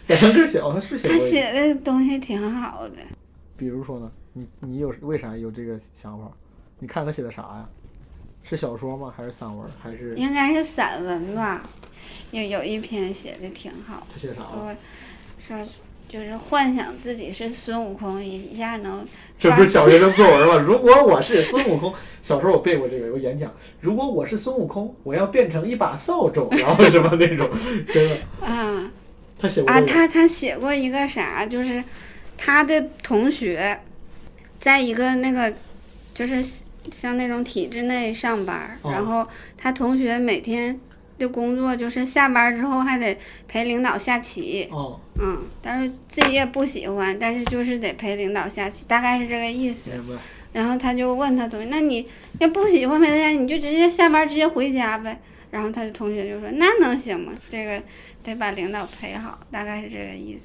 贾樟柯写哦，他是
他
写过一个。
写的东西挺好的，
比如说呢，你你有为啥有这个想法？你看他写的啥呀？是小说吗？还是散文？还是
应该是散文吧。有有一篇写的挺好，
他写的啥啊了？
说说就是幻想自己是孙悟空，一一下能
这不是小学生作 文吗？如果我是孙悟空，小时候我背过这个，有演讲。如果我是孙悟空，我要变成一把扫帚，然后什么那种，真的，
啊。
他写过
啊，
这个。
他他写过一个啥，就是他的同学，在一个那个就是像那种体制内上班儿，
哦
然后他同学每天的工作就是下班儿之后还得陪领导下棋，
哦，
嗯，但是自己也不喜欢，但是就是得陪领导下棋，大概是这个意思。
明白。
然后他就问他同学，那你要不喜欢陪他下棋，你就直接下班儿直接回家呗。然后他的同学就说，那能行吗？这个得把领导陪好，大概是这个意思。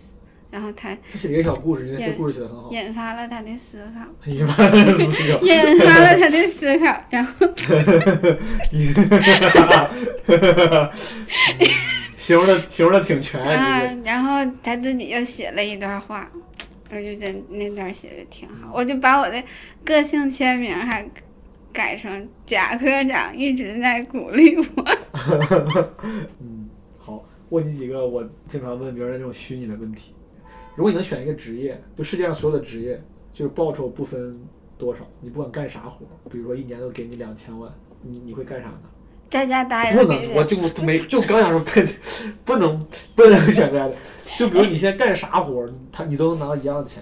然后他
他写了一个小故事，你看这
也
故事写的很好，
引发了他的思考，
一般四个，
引发了他的思考。然后
嗯形容的形容的挺全。
啊
这个，
然后他自己又写了一段话，我就觉得那段写的挺好，我就把我的个性签名还改成贾科长一直在鼓励我。
嗯，好，问你几个我经常问别人的这种虚拟的问题。如果你能选一个职业，就世界上所有的职业，就是报酬不分多少，你不管干啥活，比如说一年都给你两千万，你你会干啥呢？
在家待
不
着，
能，我就没就刚想说，对，不能不能选择的。就比如你现在干啥活儿，他你都能拿到一样的钱，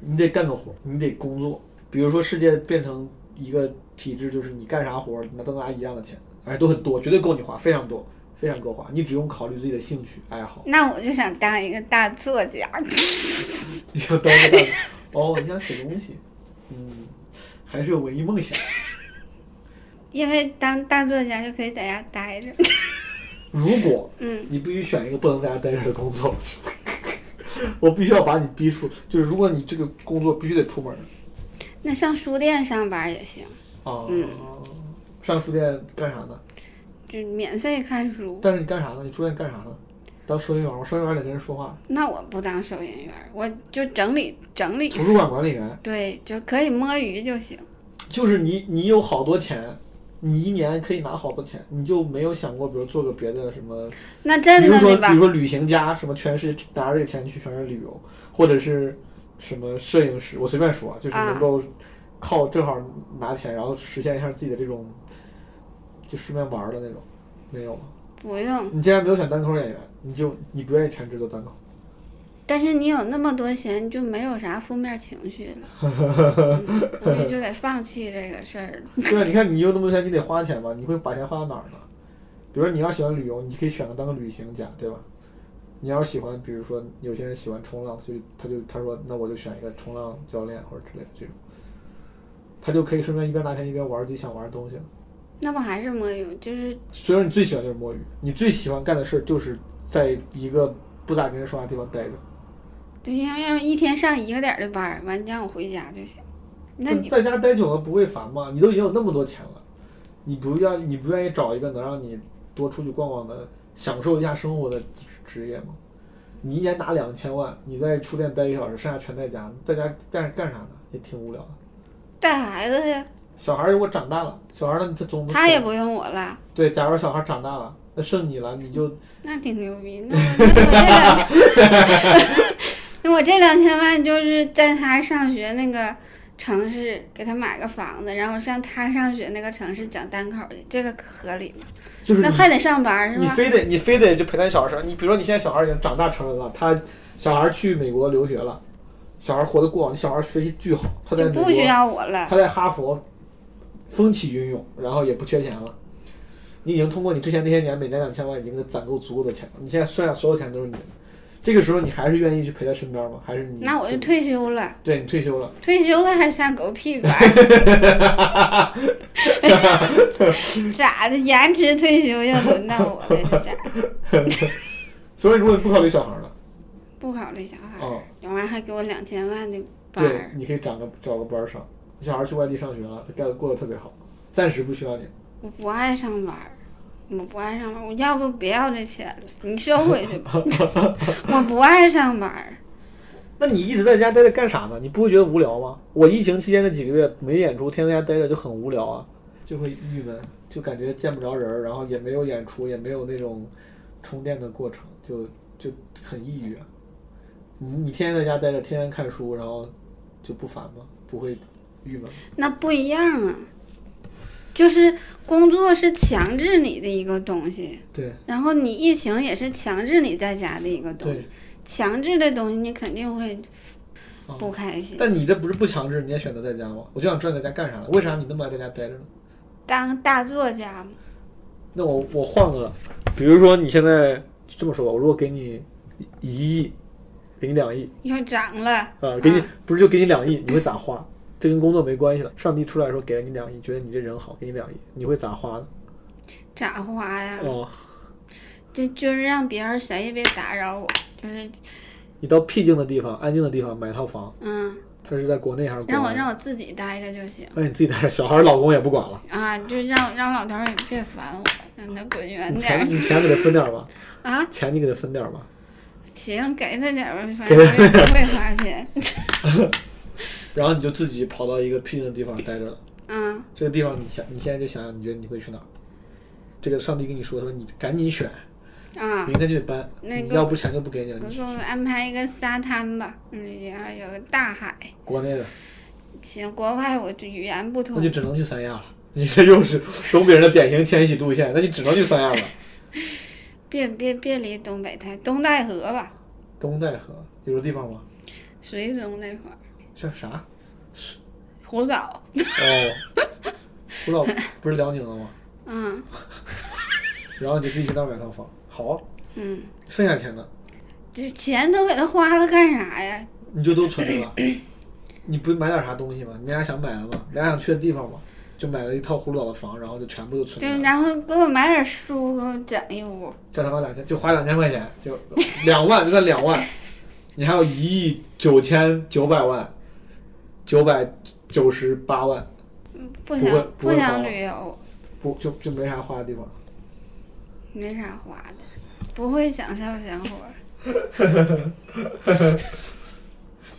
你得干个活儿，你得工作。比如说世界变成一个体制，就是你干啥活儿，那都拿一样的钱，而且都很多，绝对够你花，非常多，非常够花。你只用考虑自己的兴趣爱好，
那我就想当一个大作家。
你想当个大佬哦，你想写东西，嗯，还是有文艺梦想。
因为当大作家就可以在家待着。
如果
嗯，
你必须选一个不能在家待着的工作， 我必须要把你逼出。就是如果你这个工作必须得出门
那上书店上班也行，
啊，
嗯
上书店干啥呢？
就免费看书。
但是你干啥呢？你书店干啥呢？当收银员，我收银员得跟人说话，
那我不当收银员，我就整理整理，
图书馆管理员。
对，就可以摸鱼就行。
就是你你有好多钱，你一年可以拿好多钱，你就没有想过，比如做个别的什么，
那
比
真
如
的
说
对
比如
吧？
说旅行家，什么全是拿着这个钱去全是旅游，或者是什么摄影师，我随便说啊，就是
啊
能够靠正好拿钱，然后实现一下自己的这种，就顺便玩儿的那种，没有吗？
不用，
你既然没有选单口演员，你就你不愿意全职做单口，
但是你有那么多钱，你就没有啥负面情绪 了，嗯所以就得放弃这个事儿了。
对啊，你看你有那么多钱，你得花钱吧？你会把钱花到哪儿呢？比如说你要喜欢旅游，你可以选择当个旅行家，对吧？你要是喜欢，比如说有些人喜欢冲浪，所以他就他说那我就选一个冲浪教练或者之类的这种，他就可以顺便一边拿钱一边玩自己想玩的东西了。
那不还是摸鱼，就是
所以说你最喜欢就是摸鱼，你最喜欢干的事儿就是在一个不咋跟人说话的地方待着。
对，因为要是一天上一个点儿的班儿，完让我回家就行。那
但
你
在家待久了不会烦吗？你都已经有那么多钱了，你不要你不愿意找一个能让你多出去逛逛的、享受一下生活的职职业吗？你一年拿两千万，你在书店待一个小时，剩下全在家，在家干干啥呢？也挺无聊的。
带孩子呀，
小孩如果长大了，小孩儿呢，他总
他也不用我了，
对。假如小孩长大了，那剩你了，你就
那挺牛逼。那我那我这两天， 那我这两千万就是在他上学那个城市给他买个房子，然后上他上学那个城市讲单口去，这个可合理吗？
就是
那
你
还得上班是
你
吧？
非得你非得就陪伴小孩儿，你比如说你现在小孩儿已经长大成人了，他小孩儿去美国留学了，小孩儿活得过往，小孩儿学习巨好，他在
就
美国
不需要我 了。
他在哈佛风起云涌，然后也不缺钱了。你已经通过你之前那些年每年两千万已经攒够足够的钱了，你现在剩下所有钱都是你的。这个时候你还是愿意去陪在身边吗？还是你
那我就退休了，
对你退休了，
退休了还上狗屁 班儿？ 咋的？延迟退休又轮到我了，是咋？
所以如果你不考虑小孩了，
不考虑小孩儿，
哦
然后还给我两千万的班
对，
儿，
你可以找个找个班儿上。小孩去外地上学了，他干得过得特别好，暂时不需要你。
我不爱上班儿，我不爱上班儿，我要不不要这钱了，你收回去吧， 我不爱上班儿。
那你一直在家待着干啥呢？你不会觉得无聊吗？我疫情期间那几个月没演出，天天在家待着就很无聊啊，就会郁闷，就感觉见不着人儿，然后也没有演出，也没有那种充电的过程，就就很抑郁、啊。你你天天在家待着，天天看书，然后就不烦吗？不会郁闷吗？
那不一样啊，就是工作是强制你的一个东西，
对
然后你疫情也是强制你在家的一个东
对
西，，强制的东西你肯定会
啊
不开心。
但你这不是不强制，你也选择在家吗？我就想知道你在家干啥了？为啥你那么爱在家待着呢？
当大作家嘛，
那我我换个，比如说你现在这么说吧，我如果给你一亿，给你两亿，
又涨了，
呃，给你、
啊
不是就给你两亿，你会咋花？这跟工作没关系了。上帝出来说给了你两亿，觉得你这人好，给你两亿，你会咋花呢？
咋花呀？
哦，
这就是让别人谁也别打扰我，就是
你到僻静的地方、安静的地方买套房，
嗯，
它是在国内还是国外？
让我让我自己待着就行
那你自己带着小孩，老公也不管 了，
啊，就让让老头儿也别烦我，让他滚远点
你钱
儿
你钱给他分点儿吧，
啊。
钱你给他分点儿吧。
行，给他点儿吧，反正我也不会花 钱。
然后你就自己跑到一个僻静的地方待着了。
嗯，
这个地方你想，你现在就想想，你觉得你会去哪儿？这个上帝跟你说，他说你赶紧选，
啊
明，天就得搬，
那
你
个
要不钱就不给你了。
我
你
给
去
我安排一个沙滩吧，嗯，然后有个大海。
国内的，
嗯行，国外我就语言不通
那就，只能去三亚了。你这又是东北人的典型迁徙路线，那你只能去三亚了。
别别别离东北太，东戴河吧，
东戴河有这地方吗？
绥中那块儿，
叫啥？
湖沼，
哦，不知道，不是辽宁的吗？
嗯
然后你就自己去那儿买套房，好，
嗯，
剩下钱呢，
这钱都给他花了干啥呀？
你就都存着了。你不买点啥东西吗？你俩想买的吗？你俩想去的地方吗？就买了一套葫芦岛的房，然后就全部都存
对，
进来，
然后给我买点书，给我整一屋。
这他妈两千就花两千块钱，就两万，就算两万，你还有一亿九千九百万，九百九十八万，
不
不
想
会不
不
会
想
花
旅游，
不就就没啥花的地方。
没啥花的，不会享受生活。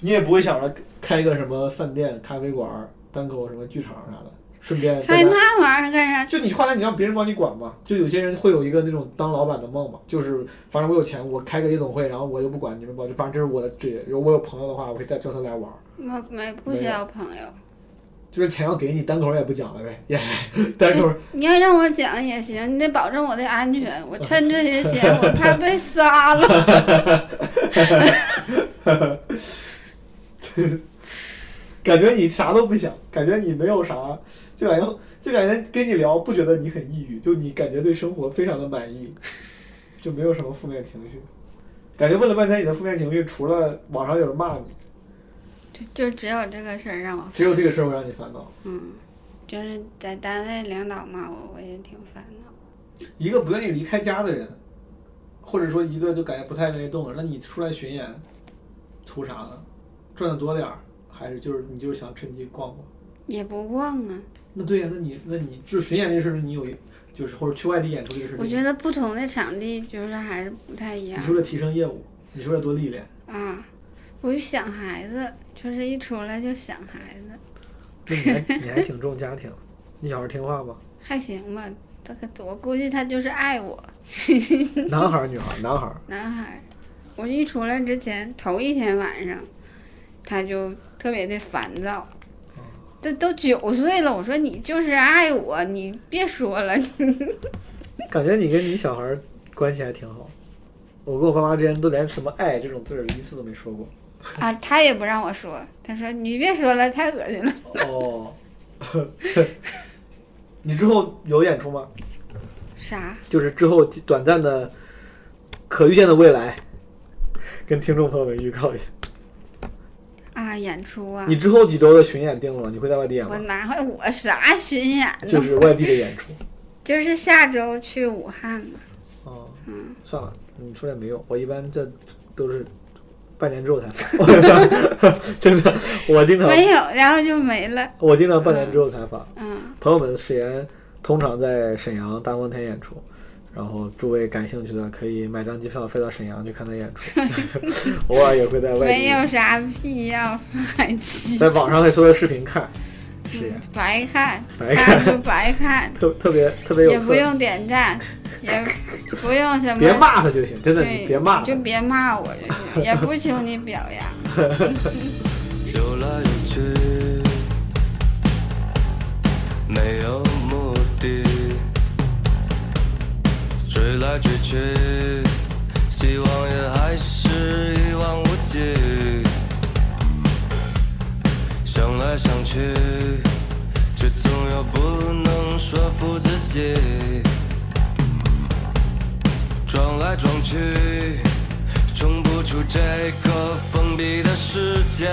你也不会想着开个什么饭店、咖啡馆、单口什么剧场啥的，顺便在
开
家
哎那玩意儿干啥？
就你花钱，你让别人帮你管嘛。就有些人会有一个那种当老板的梦嘛，就是反正我有钱，我开个夜总会，然后我就不管你们吧，就反正这是我的职业。如果我有朋友的话，我可以带叫他来玩儿。
我没不
没
需
有
要朋友。
就是钱要给你，单口也不讲了呗，也 单口
你要让我讲也行，你得保证我的安全。我趁这些钱，我 怕被杀了。
感觉你啥都不想，感觉你没有啥，就感觉就感觉跟你聊不觉得你很抑郁，就你感觉对生活非常的满意，就没有什么负面情绪。感觉问了半天你的负面情绪，除了网上有人骂你，
就就只有这个事儿让我，
只有这个事儿会让你烦恼。
嗯，就是在单位领导骂我，我也挺烦恼。
一个不愿意离开家的人，或者说一个就感觉不太愿意动了，那你出来巡演，图啥呢？赚的多点儿，还是就是你就是想趁机逛逛？
也不逛啊，
那对呀、那你那你就是巡演这事儿，你有就是或者去外地演出这事儿，
我觉得不同的场地就是还是不太一
你
样
是为了提升业务，你是为了多历练。
啊。我就想孩子，就是一出来就想孩子，
那你还你还挺重家庭，你小孩听话吗？
还行吧。他可我估计他就是爱我，
男孩儿女孩儿？男孩儿。
男孩儿，我一出来之前头一天晚上，他就特别的烦躁，
嗯
都都九岁了，我说你就是爱我，你别说了，
感觉你跟你小孩儿关系还挺好。我跟我爸妈之间都连什么爱这种字儿一次都没说过。
啊，他也不让我说，他说你别说了，太恶心了。
哦， 你之后有演出吗？
啥？
就是之后短暂的、可预见的未来，跟听众朋友们预告一下。
啊，演出啊
你！之后几周的巡演定了吗？你会在外地演
我
吗？
哪会我啥巡演呢？
就是外地的演出。
就是下周去武汉嘛。
哦，
嗯，
算了，你说也没用。我一般这都是半年之后才发，真的，我经常
没有，然后就没了。
我经常半年之后才发。
嗯，
朋友们的誓言通常在沈阳大风天演出，然后诸位感兴趣的可以买张机票飞到沈阳去看他演 出，偶尔也会在外
没有
地
啥必要 放弃，
在网上可以搜到视频看
嗯
誓言，
白看，
白
大家
看哎
就白看。
特特别特别
也
有
不
特，
用点 赞，也不用什么，
别骂他就行，真的
对，
你别骂
就
他。
别骂我就行，也不求你表扬。
游来游去，没有目的，追来追去，希望也还是一望无际。想来想去，却总又不能说服自己。撞来撞去，冲不出这个封闭的世界。